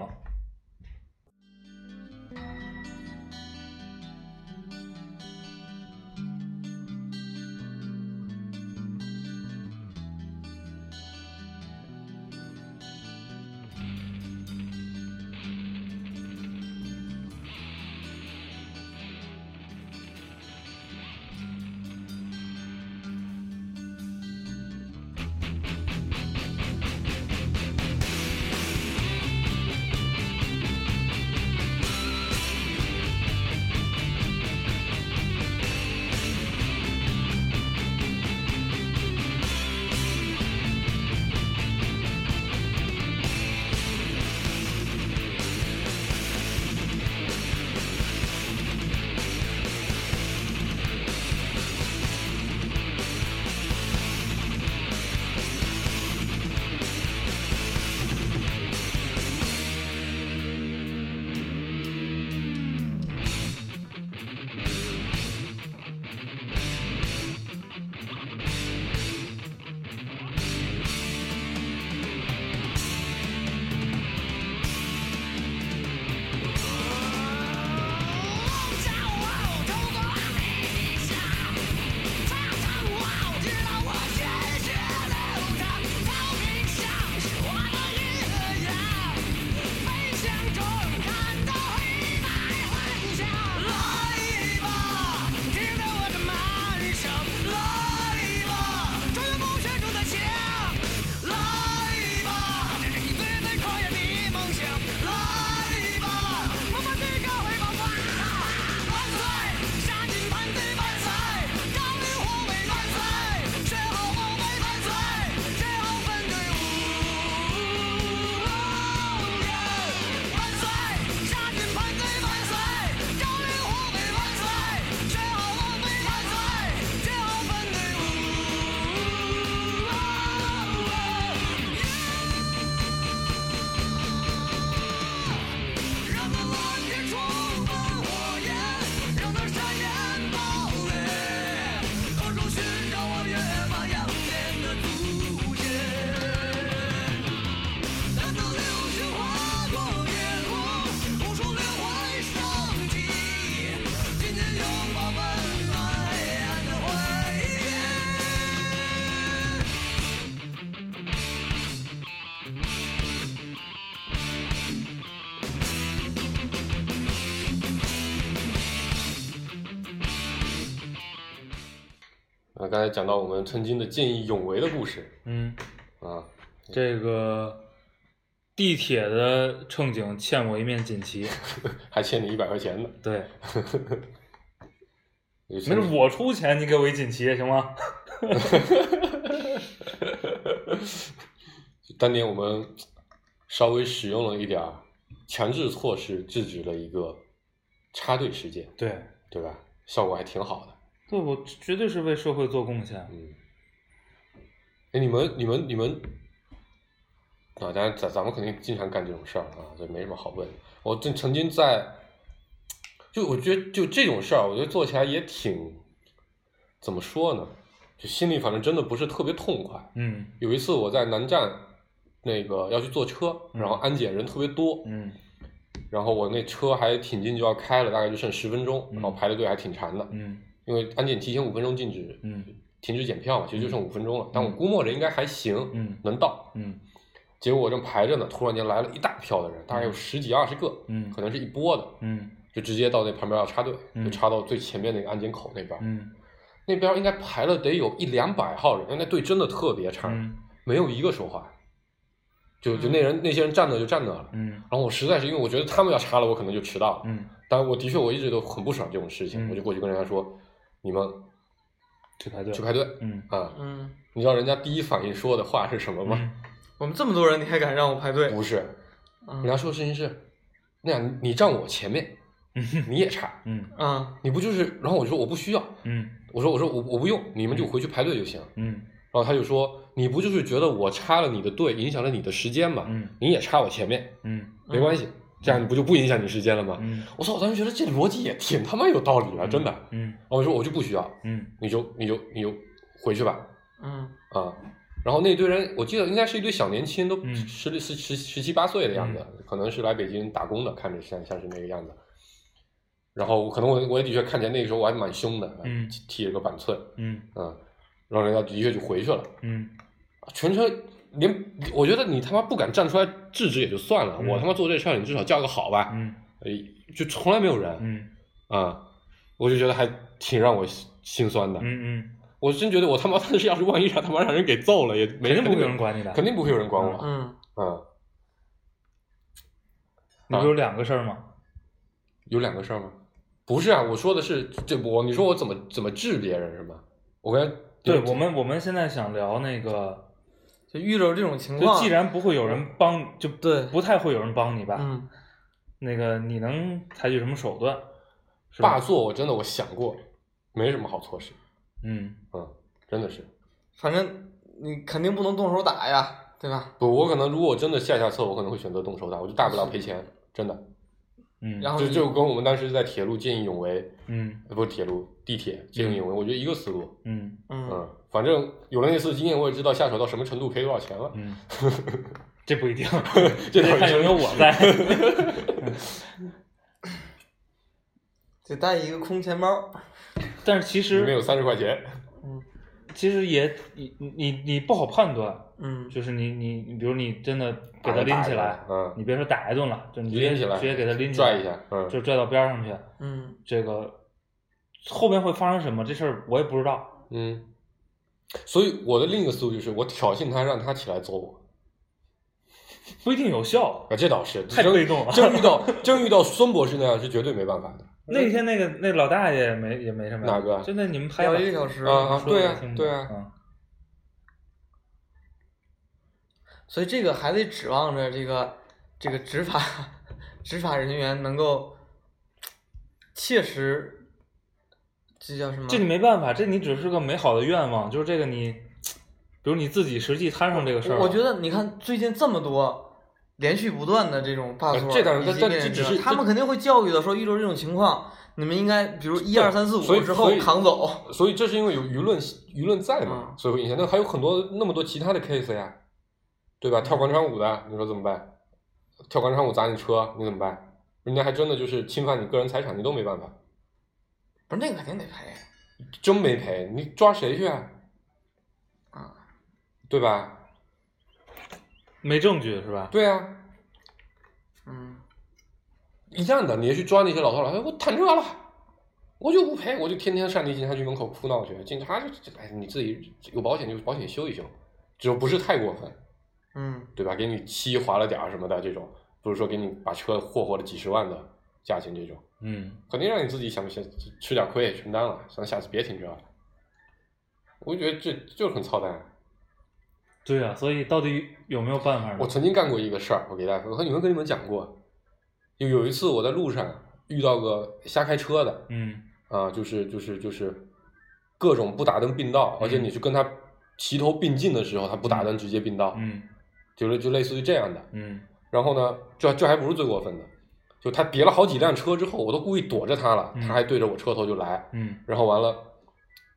[SPEAKER 7] 叫我通过理想，他当我知道我鲜血流淌，逃避像是我的阴阳，飞翔中看到黑白幻想。来吧，听着我的满声，来吧，穿越不深处的墙。来吧，这是一次次跨越你梦想。来吧，我们最高会爆发！万岁，杀进万岁万岁，高丽护卫万岁，血红后卫万岁，血红分队伍万岁，杀进万岁万岁，高丽护卫万岁，血红后卫万岁，血红分队伍。让它落叶充满火焰，让它闪焰爆裂，空中寻找我越发扬鞭的足迹。难道流星划过夜空，无数灵魂升起，紧紧拥抱温暖黑暗的回忆。
[SPEAKER 3] 啊，刚才讲到我们曾经的见义勇为的故事
[SPEAKER 4] 嗯，
[SPEAKER 3] 啊，
[SPEAKER 4] 这个地铁的乘警欠我一面锦旗，
[SPEAKER 3] 还欠你一百块钱呢。
[SPEAKER 4] 对，
[SPEAKER 3] 没
[SPEAKER 4] 没事，我出钱，你给我一锦旗行吗？
[SPEAKER 3] 当年我们稍微使用了一点儿强制措施，制止了一个插队事件，
[SPEAKER 4] 对，
[SPEAKER 3] 对吧？效果还挺好的。
[SPEAKER 4] 对我绝对是为社会做贡献。
[SPEAKER 3] 嗯，哎，你们、你们、你们，啊，当然咱咱们肯定经常干这种事儿啊，这没什么好问的。我这曾经在，就我觉得就这种事儿，我觉得做起来也挺，怎么说呢？就心里反正真的不是特别痛快。
[SPEAKER 4] 嗯
[SPEAKER 3] 有一次我在南站，那个要去坐车，然后安检人特别多，
[SPEAKER 4] 嗯
[SPEAKER 3] 然后我那车还挺近就要开了，大概就剩十分钟，
[SPEAKER 4] 嗯
[SPEAKER 3] 然后排的队还挺长的，
[SPEAKER 4] 嗯
[SPEAKER 3] 因为安检提前五分钟禁止，
[SPEAKER 4] 嗯
[SPEAKER 3] 停止检票嘛，其实就剩五分钟了，但我估摸着应该还行，
[SPEAKER 4] 嗯
[SPEAKER 3] 能到。
[SPEAKER 4] 嗯
[SPEAKER 3] 结果我正排着呢，突然间来了一大票的人，大概有十几二十个，
[SPEAKER 4] 嗯
[SPEAKER 3] 可能是一波的，
[SPEAKER 4] 嗯
[SPEAKER 3] 就直接到那旁边要插队，
[SPEAKER 4] 嗯
[SPEAKER 3] 就插到最前面那个安检口那边，
[SPEAKER 4] 嗯
[SPEAKER 3] 那边应该排了得有一两百号人，因为那队真的特别长，
[SPEAKER 4] 嗯
[SPEAKER 3] 没有一个说话，就就那人、那些人站那就站那了。
[SPEAKER 4] 嗯
[SPEAKER 3] 然后我实在是因为我觉得他们要插了，我可能就迟到了。
[SPEAKER 4] 嗯
[SPEAKER 3] 但我的确我一直都很不爽这种事情，
[SPEAKER 4] 嗯
[SPEAKER 3] 我就过去跟人家说：“你们
[SPEAKER 4] 去排队
[SPEAKER 3] 去排队
[SPEAKER 4] 嗯
[SPEAKER 3] 啊！”
[SPEAKER 2] 嗯，
[SPEAKER 3] 你知道人家第一反应说的话是什么吗？
[SPEAKER 4] 嗯
[SPEAKER 2] 我们这么多人，你还敢让我排队？
[SPEAKER 3] 不是，
[SPEAKER 2] 嗯
[SPEAKER 3] 人家说的事情是，那样你站我前面，你也差，
[SPEAKER 4] 嗯
[SPEAKER 2] 嗯
[SPEAKER 3] 你不就是？然后我就说我不需要，
[SPEAKER 4] 嗯
[SPEAKER 3] 我说我说我我不用，你们就回去排队就行。
[SPEAKER 4] 嗯
[SPEAKER 3] 然后他就说你不就是觉得我插了你的队，影响了你的时间吗？
[SPEAKER 4] 嗯
[SPEAKER 3] 你也插我前面，
[SPEAKER 4] 嗯
[SPEAKER 3] 没关系，这样你不就不影响你时间了吗？
[SPEAKER 4] 嗯
[SPEAKER 3] 我操！我当时觉得这逻辑也挺他妈有道理的，啊真的。然
[SPEAKER 4] 嗯
[SPEAKER 3] 后我说我就不需要，
[SPEAKER 4] 嗯
[SPEAKER 3] 你就你就你就回去吧，
[SPEAKER 2] 嗯
[SPEAKER 3] 啊。然后那堆人，我记得应该是一堆小年轻，都
[SPEAKER 4] 嗯
[SPEAKER 3] 十六十十十七八岁的样子，可能是来北京打工的，看着像像是那个样子。然后可能我我也的确看起来那个时候我还蛮凶的，啊
[SPEAKER 4] 嗯
[SPEAKER 3] 剃剃了个板寸，
[SPEAKER 4] 嗯
[SPEAKER 3] 嗯，然后人家的确就回去了。
[SPEAKER 4] 嗯
[SPEAKER 3] 全车连，我觉得你他妈不敢站出来制止也就算了，
[SPEAKER 4] 嗯
[SPEAKER 3] 我他妈做这事儿你至少叫个好吧，
[SPEAKER 4] 嗯
[SPEAKER 3] 哎，就从来没有人啊、
[SPEAKER 4] 嗯
[SPEAKER 3] 我就觉得还挺让我心心酸的。
[SPEAKER 4] 嗯，
[SPEAKER 3] 我真觉得我他妈当时要是万一让他妈让人给揍了，也没
[SPEAKER 4] 肯定不会有人，管你的。
[SPEAKER 3] 肯定不会有人管我。嗯
[SPEAKER 2] 嗯
[SPEAKER 4] 你不有两个事儿吗？
[SPEAKER 3] 有两个事儿吗？不是啊，我说的是这我你说我怎么怎么治别人是吗？我刚才
[SPEAKER 4] 对我们，我们现在想聊那个，
[SPEAKER 2] 就遇到这种情
[SPEAKER 4] 就
[SPEAKER 2] 况，
[SPEAKER 4] 既然不会有人帮，就
[SPEAKER 2] 对
[SPEAKER 4] 不太会有人帮你吧？
[SPEAKER 2] 嗯
[SPEAKER 4] 那个你能采取什么手段？是吧
[SPEAKER 3] 霸座，我真的我想过，没什么好措施，
[SPEAKER 4] 嗯
[SPEAKER 3] 嗯，真的是。
[SPEAKER 2] 反正你肯定不能动手打呀，对吧？
[SPEAKER 3] 不，我可能如果真的下下策，我可能会选择动手打，我就大不了赔钱，真的。
[SPEAKER 4] 嗯，
[SPEAKER 2] 然后
[SPEAKER 3] 就
[SPEAKER 2] 你
[SPEAKER 3] 就跟我们当时在铁路见义勇为，
[SPEAKER 4] 嗯
[SPEAKER 3] 呃不是铁路地铁见义勇为，我觉得一个思路。
[SPEAKER 4] 嗯
[SPEAKER 2] 嗯
[SPEAKER 3] 嗯，反正有了那次经验，我也知道下手到什么程度赔多少钱了。
[SPEAKER 4] 嗯， 这不一定，
[SPEAKER 3] 这
[SPEAKER 4] 得
[SPEAKER 3] 倒
[SPEAKER 4] 看
[SPEAKER 3] 是
[SPEAKER 4] 有没有我在。
[SPEAKER 2] 得带一个空钱包，
[SPEAKER 4] 但是其
[SPEAKER 3] 里面
[SPEAKER 4] 实
[SPEAKER 3] 有三十块钱，
[SPEAKER 4] 其实也你你你不好判断，
[SPEAKER 2] 嗯
[SPEAKER 4] 就是你你你比如你真的给他拎起来，
[SPEAKER 3] 嗯，
[SPEAKER 4] 你别说打一顿了，就你直接
[SPEAKER 3] 拎起来，
[SPEAKER 4] 直接给他拎起来
[SPEAKER 3] 拽一，下，嗯，
[SPEAKER 4] 就拽到边上去。
[SPEAKER 2] 嗯
[SPEAKER 4] 这个后边会发生什么这事儿我也不知道。
[SPEAKER 3] 嗯。所以我的另一个思路就是，我挑衅他，让他起来揍我。
[SPEAKER 4] 不一定有效。
[SPEAKER 3] 啊，这倒是，
[SPEAKER 4] 太
[SPEAKER 3] 真
[SPEAKER 4] 被动了
[SPEAKER 3] 真遇到 真遇到孙博士那样是绝对没办法的。
[SPEAKER 4] 那天那个那老大爷没也没什么，
[SPEAKER 3] 哪个
[SPEAKER 4] 就那你们拍
[SPEAKER 2] 聊
[SPEAKER 4] 吧
[SPEAKER 2] 一个小时，
[SPEAKER 3] 啊啊，
[SPEAKER 4] 说
[SPEAKER 3] 对
[SPEAKER 4] 也
[SPEAKER 3] 啊
[SPEAKER 4] 听，不
[SPEAKER 3] 对
[SPEAKER 4] 懂
[SPEAKER 3] 啊，
[SPEAKER 4] 嗯
[SPEAKER 2] 所以这个还得指望着这个这个执法 执法人员能够切实，这叫什么？
[SPEAKER 4] 这你没办法，这你只是个美好的愿望，就是这个你，比如你自己实际摊上这个事儿了，
[SPEAKER 2] 我觉得你看最近这么多连续不断的这种霸座，
[SPEAKER 3] 呃这当然
[SPEAKER 2] 以及
[SPEAKER 3] 但
[SPEAKER 2] 恋
[SPEAKER 3] 这
[SPEAKER 2] 人
[SPEAKER 3] 只
[SPEAKER 2] 之
[SPEAKER 3] 是
[SPEAKER 2] 外他们肯定会教育的，说遇到这种情况，你们应该比如一
[SPEAKER 3] 对
[SPEAKER 2] 二三四五
[SPEAKER 3] 所以
[SPEAKER 2] 之
[SPEAKER 3] 所
[SPEAKER 2] 后
[SPEAKER 3] 以
[SPEAKER 2] 扛走。
[SPEAKER 3] 所以这是因为有舆论舆论在嘛，
[SPEAKER 2] 嗯
[SPEAKER 3] 所以会影响。那还有很多那么多其他的 case 呀，对
[SPEAKER 4] 嗯
[SPEAKER 3] 吧？跳广场舞的，你说怎么办？跳广场舞砸你车，你怎么办？人家还真的就是侵犯你个人财产，你都没办法，
[SPEAKER 2] 不是那个肯定得赔
[SPEAKER 3] 真没赔，你抓谁去啊？
[SPEAKER 2] 啊，
[SPEAKER 3] 对吧？
[SPEAKER 4] 没证据是吧？
[SPEAKER 3] 对啊，
[SPEAKER 2] 嗯
[SPEAKER 3] 一样的，你也去抓那些老头老太，我躺这了，我就不赔，我就天天上那警察局门口哭闹去，警察就哎你自己有保险就保险修一修，只要不是太过分，
[SPEAKER 2] 嗯
[SPEAKER 3] 对吧？给你漆划了点儿什么的这种，不是说给你把车霍霍了几十万的价钱这种，
[SPEAKER 4] 嗯，
[SPEAKER 3] 肯定让你自己想想吃点亏承担了，想下次别停车了。我就觉得这就是很操蛋。
[SPEAKER 4] 对啊，所以到底有没有办法呢？
[SPEAKER 3] 我曾经干过一个事儿，我给大家，我和你们跟你们讲过，就有一次我在路上遇到个瞎开车的，
[SPEAKER 4] 嗯
[SPEAKER 3] 啊，就是就是就是各种不打灯并道，而且
[SPEAKER 4] 嗯
[SPEAKER 3] 你去跟他齐头并进的时候，他不打灯直接并道，
[SPEAKER 4] 嗯
[SPEAKER 3] 就是就类似于这样的。
[SPEAKER 4] 嗯
[SPEAKER 3] 然后呢，这这还不是最过分的，就他别了好几辆车之后，我都故意躲着他了，
[SPEAKER 4] 嗯
[SPEAKER 3] 他还对着我车头就来，
[SPEAKER 4] 嗯
[SPEAKER 3] 然后完了，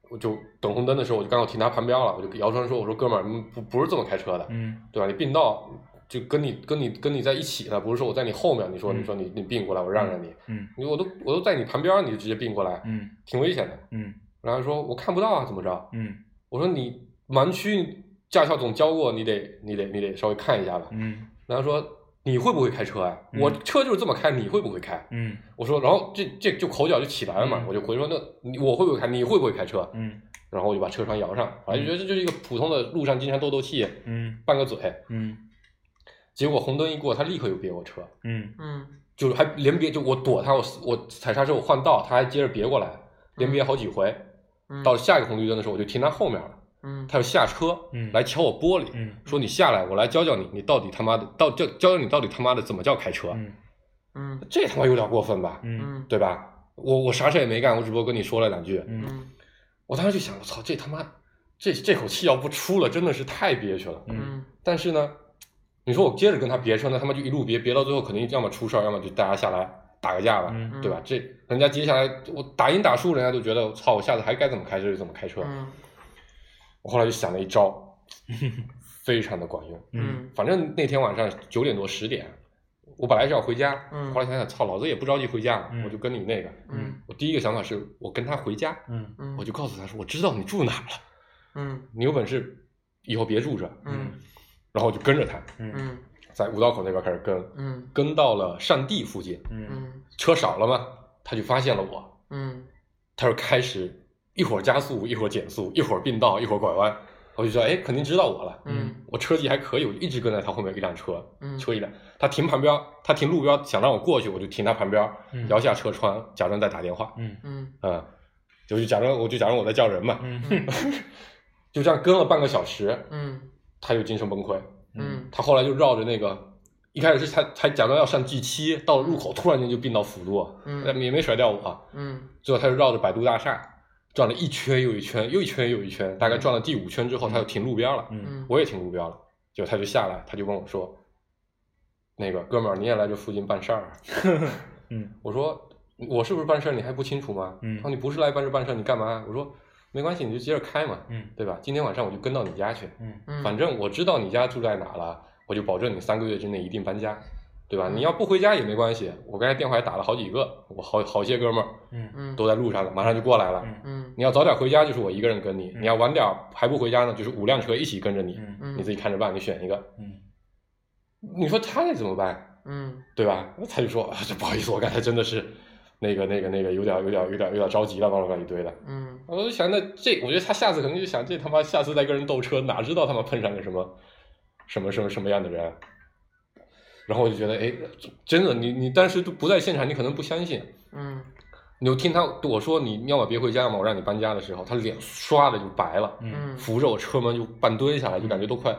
[SPEAKER 3] 我就等红灯的时候，我就刚好停他旁边了，我就摇窗说：“我说哥们儿，嗯不不是这么开车的，
[SPEAKER 4] 嗯
[SPEAKER 3] 对吧？你并道就跟你跟你跟你在一起的，不是说我在你后面，你说
[SPEAKER 4] 嗯
[SPEAKER 3] 你说你你并过来，我让让你，
[SPEAKER 4] 嗯
[SPEAKER 3] 你我都我都在你旁边，你就直接并过来，
[SPEAKER 4] 嗯
[SPEAKER 3] 挺危险的。”
[SPEAKER 4] 嗯
[SPEAKER 3] 然后他说：“我看不到啊，怎么着
[SPEAKER 4] 嗯？”
[SPEAKER 3] 我说：“你盲区驾校总教过，你得你得你得稍微看一下吧。”
[SPEAKER 4] 嗯
[SPEAKER 3] 然后说你会不会开车啊？
[SPEAKER 4] 嗯
[SPEAKER 3] 我车就是这么开，你会不会开？
[SPEAKER 4] 嗯
[SPEAKER 3] 我说，然后这这就口角就起来了嘛，
[SPEAKER 4] 嗯
[SPEAKER 3] 我就回说，那你我会不会开？你会不会开车？
[SPEAKER 4] 嗯
[SPEAKER 3] 然后我就把车窗摇上，反正就觉得这就是一个普通的路上经常斗斗气，
[SPEAKER 4] 嗯
[SPEAKER 3] 拌个嘴。
[SPEAKER 4] 嗯
[SPEAKER 3] 结果红灯一过，他立刻又别我车，
[SPEAKER 4] 嗯
[SPEAKER 2] 嗯
[SPEAKER 3] 就是还连别就我躲他，我我踩刹车我换道，他还接着别过来，连别好几回。
[SPEAKER 2] 嗯，
[SPEAKER 3] 到下一个红绿灯的时候，我就停他后面了，
[SPEAKER 2] 嗯
[SPEAKER 3] 他就下车
[SPEAKER 4] 嗯
[SPEAKER 3] 来敲我玻璃，
[SPEAKER 4] 嗯
[SPEAKER 3] 说你下来，我来教教你，你到底他妈的到教教教你到底他妈的怎么叫开车。
[SPEAKER 4] 嗯
[SPEAKER 2] 嗯
[SPEAKER 3] 这他妈有点过分吧，
[SPEAKER 4] 嗯
[SPEAKER 2] 嗯
[SPEAKER 3] 对吧？我我啥事也没干，我只不过跟你说了两句。
[SPEAKER 4] 嗯
[SPEAKER 2] 嗯
[SPEAKER 3] 我当时就想，我操，这他妈这这口气要不出了，真的是太憋屈了。
[SPEAKER 4] 嗯
[SPEAKER 2] 嗯
[SPEAKER 3] 但是呢，你说我接着跟他憋车，那他妈就一路憋憋到最后，肯定要么出事儿，要么就大家下来打个架吧，
[SPEAKER 4] 嗯
[SPEAKER 2] 嗯
[SPEAKER 3] 对吧？这人家接下来我打赢打输，人家都觉得我操，我下次还该怎么开车就怎么开车。
[SPEAKER 2] 嗯
[SPEAKER 3] 我后来就想了一 招，非常的管用。
[SPEAKER 4] 嗯
[SPEAKER 2] 嗯
[SPEAKER 3] 反正那天晚上九点多十点，我本来是要回家，
[SPEAKER 2] 嗯
[SPEAKER 3] 后来想想，操，老子也不着急回家，
[SPEAKER 4] 嗯
[SPEAKER 3] 我就跟你那个，
[SPEAKER 2] 嗯
[SPEAKER 3] 我第一个想法是我跟他回家，
[SPEAKER 4] 嗯
[SPEAKER 2] 嗯，
[SPEAKER 3] 我就告诉他说，我知道你住哪儿了，
[SPEAKER 2] 嗯
[SPEAKER 3] 你有本事以后别住这儿，
[SPEAKER 2] 嗯
[SPEAKER 3] 然后我就跟着他，
[SPEAKER 4] 嗯
[SPEAKER 2] 嗯
[SPEAKER 3] 在五道口那边开始跟，
[SPEAKER 2] 嗯
[SPEAKER 3] 跟到了上地附近，
[SPEAKER 4] 嗯
[SPEAKER 2] 嗯
[SPEAKER 3] 车少了嘛，他就发现了我，
[SPEAKER 2] 嗯
[SPEAKER 3] 他就开始一会儿加速，一会儿减速，一会儿并道，一会儿拐弯，我就觉得哎，肯定知道我了。
[SPEAKER 2] 嗯
[SPEAKER 3] 我车技还可以，我就一直跟在他后面一辆车，
[SPEAKER 2] 嗯
[SPEAKER 3] 车一辆，他停旁边，他停路边想让我过去，我就停他旁边，
[SPEAKER 4] 嗯
[SPEAKER 3] 摇下车窗，假装在打电话，
[SPEAKER 4] 嗯
[SPEAKER 2] 嗯
[SPEAKER 3] 嗯，我就假装我就假装我在叫人嘛，
[SPEAKER 4] 嗯
[SPEAKER 3] 就这样跟了半个小时，
[SPEAKER 2] 嗯
[SPEAKER 3] 他就精神崩溃，
[SPEAKER 2] 嗯
[SPEAKER 3] 他后来就绕着那个，一开始是他他假装要上 G 七，到了路口突然间就并到辅路，
[SPEAKER 2] 嗯
[SPEAKER 3] 但也没甩掉我，啊
[SPEAKER 2] 嗯
[SPEAKER 3] 最后他就绕着百度大厦转了一圈又一圈，又一圈又一圈，大概转了第五圈之后，他就停路边了，
[SPEAKER 4] 嗯
[SPEAKER 2] 嗯，
[SPEAKER 3] 我也停路边了，结果他就下来，他就问我说，那个哥们儿你也来这附近办事儿啊？
[SPEAKER 4] 嗯
[SPEAKER 3] 我说我是不是办事儿你还不清楚吗？
[SPEAKER 4] 嗯
[SPEAKER 3] 他说你不是来办事儿办事儿你干嘛？我说没关系你就接着开嘛，
[SPEAKER 4] 嗯
[SPEAKER 3] 对吧？今天晚上我就跟到你家去，
[SPEAKER 4] 嗯
[SPEAKER 2] 嗯
[SPEAKER 3] 反正我知道你家住在哪了，我就保证你三个月之内一定搬家，
[SPEAKER 2] 嗯
[SPEAKER 3] 对吧？你要不回家也没关系，我刚才电话也打了好几个，我好好些哥们儿
[SPEAKER 4] 嗯
[SPEAKER 2] 嗯
[SPEAKER 3] 都在路上了，马上就过来了。
[SPEAKER 4] 嗯
[SPEAKER 2] 嗯
[SPEAKER 3] 你要早点回家，就是我一个人跟你；
[SPEAKER 4] 嗯
[SPEAKER 3] 你要晚点儿还不回家呢，就是五辆车一起跟着你，
[SPEAKER 4] 嗯
[SPEAKER 2] 嗯
[SPEAKER 3] 你自己看着办，你选一个。
[SPEAKER 4] 嗯
[SPEAKER 3] 你说他那怎么办，
[SPEAKER 2] 嗯
[SPEAKER 3] 对吧？那他就说 啊，这不好意思，我刚才真的是那个那个那个有点有点有点有点着急了，乱七八糟一堆的。
[SPEAKER 2] 嗯
[SPEAKER 3] 我就想，那这，我觉得他下次可能就想，这他妈下次再跟人斗车，哪知道他妈碰上个什么什么什么什么样的人。然后我就觉得，哎，真的，你你当时都不在现场，你可能不相信。
[SPEAKER 2] 嗯
[SPEAKER 3] 你就听他对我说，你要么别回家，要么我让你搬家的时候，他脸唰的就白了，
[SPEAKER 4] 嗯
[SPEAKER 2] 嗯
[SPEAKER 3] 扶着我车门就半蹲下来，就感觉都快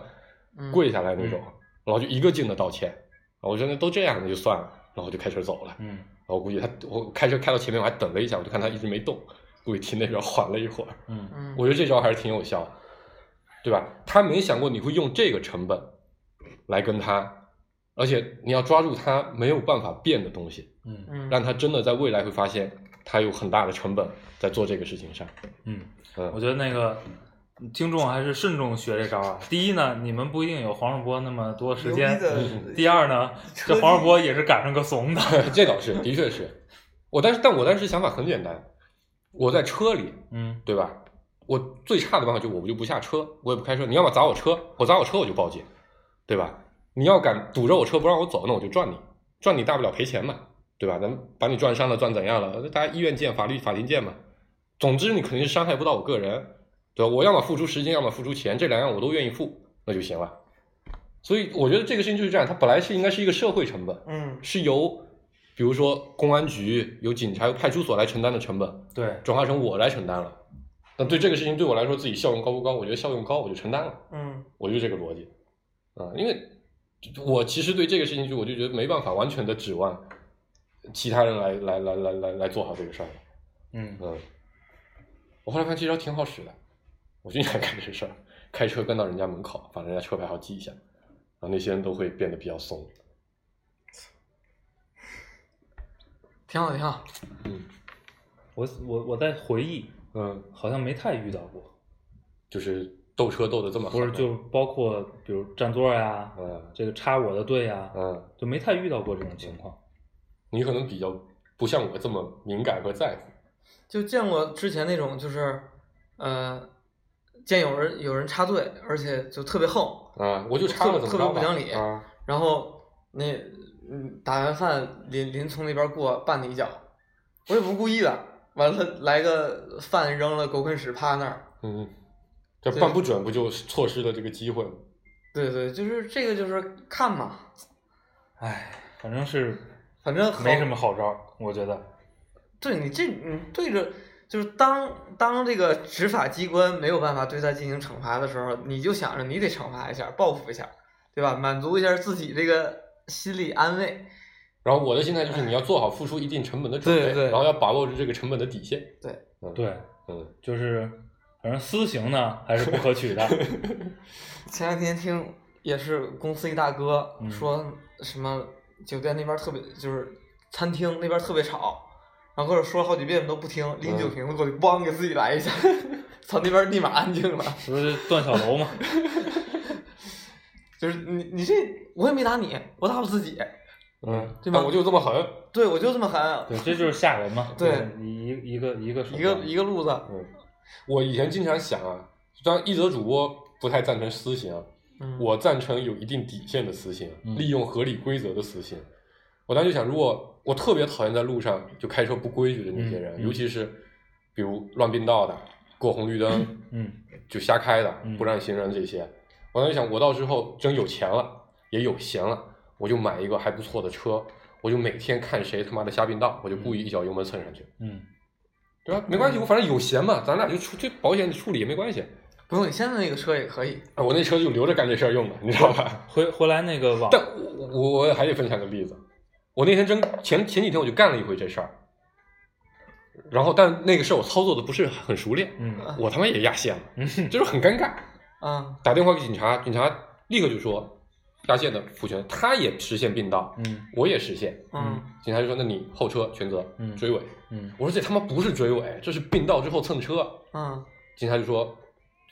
[SPEAKER 2] 嗯
[SPEAKER 3] 跪下来那种，然后就一个劲的道歉。然后我说那都这样，那就算了，然后我就开车走了。
[SPEAKER 4] 嗯
[SPEAKER 3] 然后我估计他，我开车开到前面，我还等了一下，我就看他一直没动，估计停那边缓了一会儿。
[SPEAKER 4] 嗯
[SPEAKER 2] 嗯，
[SPEAKER 3] 我觉得这招还是挺有效的，对吧？他没想过你会用这个成本来跟他，而且你要抓住他没有办法变的东西，
[SPEAKER 4] 嗯
[SPEAKER 2] 嗯
[SPEAKER 3] 让他真的在未来会发现他有很大的成本在做这个事情上。
[SPEAKER 4] 嗯。我
[SPEAKER 3] 嗯
[SPEAKER 4] 觉得那个听众还是慎重学这招啊。第一呢，你们不一定有黄世波那么多时间嗯
[SPEAKER 8] 牛逼；的
[SPEAKER 4] 第二呢，
[SPEAKER 8] 车
[SPEAKER 4] 这
[SPEAKER 8] 技
[SPEAKER 4] 黄世波也是赶上个怂的。
[SPEAKER 3] 这倒是，的确是。我当时，但我当时想法很简单，我在车里，
[SPEAKER 4] 嗯
[SPEAKER 3] 对吧？我最差的办法就是我就不下车，我也不开车。你要么砸我车，我砸我车我就报警，对吧？你要敢堵着我车不让我走，那我就赚你，赚你大不了赔钱嘛，对吧？咱们把你撞伤了，撞怎样了？大家医院见，法律法庭见嘛。总之你肯定是伤害不到我个人，对吧？我要么付出时间，要么付出钱，这两样我都愿意付，那就行了。所以我觉得这个事情就是这样，它本来是应该是一个社会成本，
[SPEAKER 2] 嗯
[SPEAKER 3] 是由比如说公安局、由警察、由派出所来承担的成本，
[SPEAKER 4] 对，
[SPEAKER 3] 转化成我来承担了。那对这个事情对我来说，自己效用高不高？我觉得效用高，我就承担了，
[SPEAKER 2] 嗯
[SPEAKER 3] 我就这个逻辑啊、因为我其实对这个事情就我就觉得没办法完全的指望其他人来来来来来来做好这个事儿。
[SPEAKER 4] 嗯
[SPEAKER 3] 嗯，我后来发现这招挺好使的，我就应该干这事儿，开车跟到人家门口，把人家车牌号记一下，然后那些人都会变得比较松。
[SPEAKER 2] 挺好挺好，
[SPEAKER 3] 嗯
[SPEAKER 4] 我我我在回忆，
[SPEAKER 3] 嗯，
[SPEAKER 4] 好像没太遇到过，
[SPEAKER 3] 就是斗车斗的这么好，
[SPEAKER 4] 不是就包括比如占座呀、
[SPEAKER 3] 嗯
[SPEAKER 4] 这个插我的队呀、
[SPEAKER 3] 嗯，
[SPEAKER 4] 就没太遇到过这种情况。
[SPEAKER 3] 你可能比较不像我这么敏感和在乎。
[SPEAKER 2] 就见过之前那种就是，呃，见有人有人插队，而且就特别横，
[SPEAKER 3] 啊，我就插了，
[SPEAKER 2] 特
[SPEAKER 3] 怎么着吧
[SPEAKER 2] 特别不讲理
[SPEAKER 3] 啊，
[SPEAKER 2] 然后那嗯打完饭临临从那边过绊你一脚，我也不是故意的，完了来个饭扔了狗啃屎趴那儿，
[SPEAKER 3] 嗯，这
[SPEAKER 2] 对
[SPEAKER 3] 办不准不就错失了这个机会吗？
[SPEAKER 2] 对对，就是这个就是看嘛，
[SPEAKER 4] 唉，反正是
[SPEAKER 2] 反正好
[SPEAKER 4] 没什么好招儿，我觉得。
[SPEAKER 2] 对你这你对着就是当当这个执法机关没有办法对他进行惩罚的时候，你就想着你得惩罚一下，报复一下，对吧？满足一下自己这个心理安慰。
[SPEAKER 3] 然后我的心态就是你要做好付出一定成本的准备，
[SPEAKER 2] 对对
[SPEAKER 3] 然后要把握住这个成本的底线。
[SPEAKER 2] 对，
[SPEAKER 3] 嗯，
[SPEAKER 4] 对，
[SPEAKER 3] 嗯，
[SPEAKER 4] 就是反正私刑呢还是不可 取的。
[SPEAKER 2] 前两天听也是公司一大哥
[SPEAKER 4] 嗯
[SPEAKER 2] 说什么酒店那边特别就是餐厅那边特别吵，然后跟我说了好几遍都不听，拎酒瓶子过去咣给自己来一下， 操那边立马安静了。
[SPEAKER 4] 不是段小楼嘛，
[SPEAKER 2] 就是你你这我也没打你，我打我自己，
[SPEAKER 3] 嗯，
[SPEAKER 2] 对吧
[SPEAKER 3] 但我就这么狠，
[SPEAKER 2] 对我就这么狠，
[SPEAKER 4] 对，这就是吓人嘛。
[SPEAKER 2] 对
[SPEAKER 4] 就是一一一个一个手
[SPEAKER 2] 一个
[SPEAKER 4] 段
[SPEAKER 2] 一个路子，
[SPEAKER 3] 嗯，我以前经常想啊，虽然一则主播不太赞成私刑啊，
[SPEAKER 2] 嗯
[SPEAKER 3] 我赞成有一定底线的私刑，
[SPEAKER 4] 嗯
[SPEAKER 3] 利用合理规则的私刑。我当时就想，如果我特别讨厌在路上就开车不规矩的那些人，
[SPEAKER 4] 嗯嗯
[SPEAKER 3] 尤其是比如乱并道的、过红绿灯、
[SPEAKER 4] 嗯
[SPEAKER 3] 就瞎开的
[SPEAKER 4] 嗯、
[SPEAKER 3] 不让行人这些。我当时想，我到时候真有钱了，也有闲了，我就买一个还不错的车，我就每天看谁他妈的瞎并道，我就故意一脚油门蹭上去。
[SPEAKER 4] 嗯，
[SPEAKER 3] 对吧？没关系，我反正有闲嘛，咱俩就处这保险处理也没关系。
[SPEAKER 2] 不用你现在那个车也可以，
[SPEAKER 3] 啊我那车就留着干这事儿用的，你知道吧？
[SPEAKER 4] 回回来那个网
[SPEAKER 3] 但我我我还得分享个例子，我那天真前前几天我就干了一回这事儿，然后但那个事儿我操作的不是很熟练，
[SPEAKER 4] 嗯
[SPEAKER 3] 我他妈也压线了，
[SPEAKER 4] 嗯
[SPEAKER 3] 就是很尴尬。
[SPEAKER 2] 啊
[SPEAKER 3] 打电话给警察，警察立刻就说压线的负全，他也实现并道，
[SPEAKER 4] 嗯
[SPEAKER 3] 我也实现。
[SPEAKER 2] 嗯
[SPEAKER 3] 警察就说那你后车全责
[SPEAKER 4] 嗯，
[SPEAKER 3] 追尾。
[SPEAKER 4] 嗯
[SPEAKER 3] 我说这他妈不是追尾，这是并道之后蹭车。
[SPEAKER 2] 嗯
[SPEAKER 3] 警察就说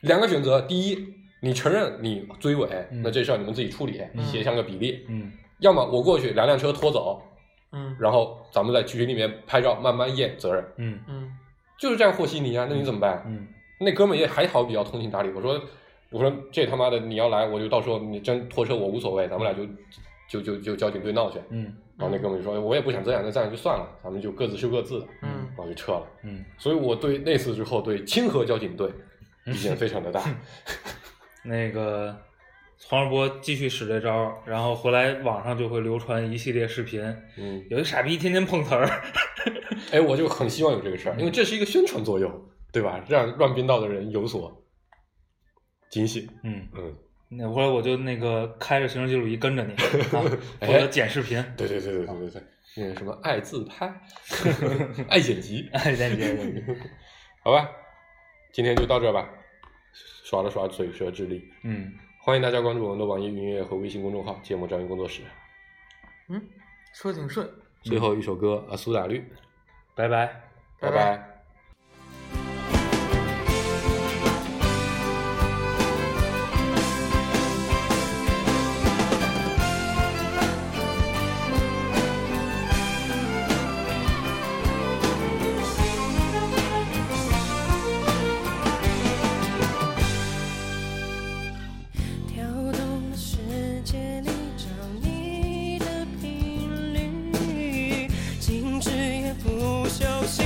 [SPEAKER 3] 两个选择：第一，你承认你追尾，
[SPEAKER 4] 嗯
[SPEAKER 3] 那这事儿你们自己处理，协商个比例；
[SPEAKER 4] 嗯
[SPEAKER 3] 要么我过去两辆车拖走，
[SPEAKER 2] 嗯
[SPEAKER 3] 然后咱们在局里面拍照，慢慢验责任，
[SPEAKER 4] 嗯
[SPEAKER 2] 嗯
[SPEAKER 3] 就是这样和稀泥啊。那你怎么办？
[SPEAKER 4] 嗯
[SPEAKER 3] 那哥们儿也还好，比较通情达理。我说，我说这他妈的你要来，我就到时候你真拖车我无所谓，咱们俩就就就就交警队闹去。
[SPEAKER 4] 嗯
[SPEAKER 3] 然后那哥们儿就说，我也不想这样，那这样就算了，咱们就各自是各自的，
[SPEAKER 2] 嗯
[SPEAKER 3] 然后就撤了。
[SPEAKER 4] 嗯，
[SPEAKER 3] 所以我对那次之后对清河交警队意见非常的大。
[SPEAKER 4] 那个黄世波继续使这招儿，然后回来网上就会流传一系列视频，
[SPEAKER 3] 嗯，
[SPEAKER 4] 有一傻逼天天碰瓷儿，
[SPEAKER 3] 哎，我就很希望有这个事儿，因为这是一个宣传作用，对吧？让乱编道的人有所警醒。
[SPEAKER 4] 嗯，
[SPEAKER 3] 嗯，
[SPEAKER 4] 那后来我就那个开着行车记录仪跟着 你，啊、我
[SPEAKER 3] 哎
[SPEAKER 4] 就剪视频，
[SPEAKER 3] 对对对对对对对，那个什么爱自拍、爱剪辑，
[SPEAKER 4] 哎，剪辑剪辑，
[SPEAKER 3] 好吧，今天就到这儿吧，耍了耍嘴舌之力。
[SPEAKER 4] 嗯，
[SPEAKER 3] 欢迎大家关注我们的网易云音乐和微信公众号“芥末章鱼工作室
[SPEAKER 2] 嗯，说的挺顺，”。
[SPEAKER 3] 最后一首歌啊，苏打绿，
[SPEAKER 4] 拜拜。
[SPEAKER 2] 拜拜
[SPEAKER 3] 拜拜
[SPEAKER 6] 跳动的世界里找你的频率，静止也不休息，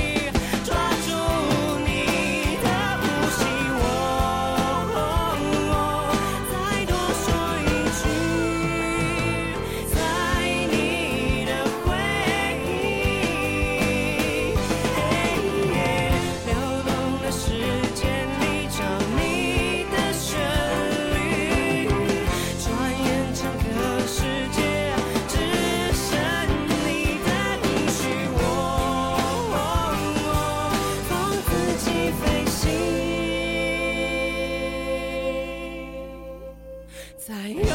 [SPEAKER 6] 抓住你的呼吸。我再多说一句，在你的回忆，流动的时间里找你的旋律，转眼整个世界只剩你的音讯。我放自己飞行。在。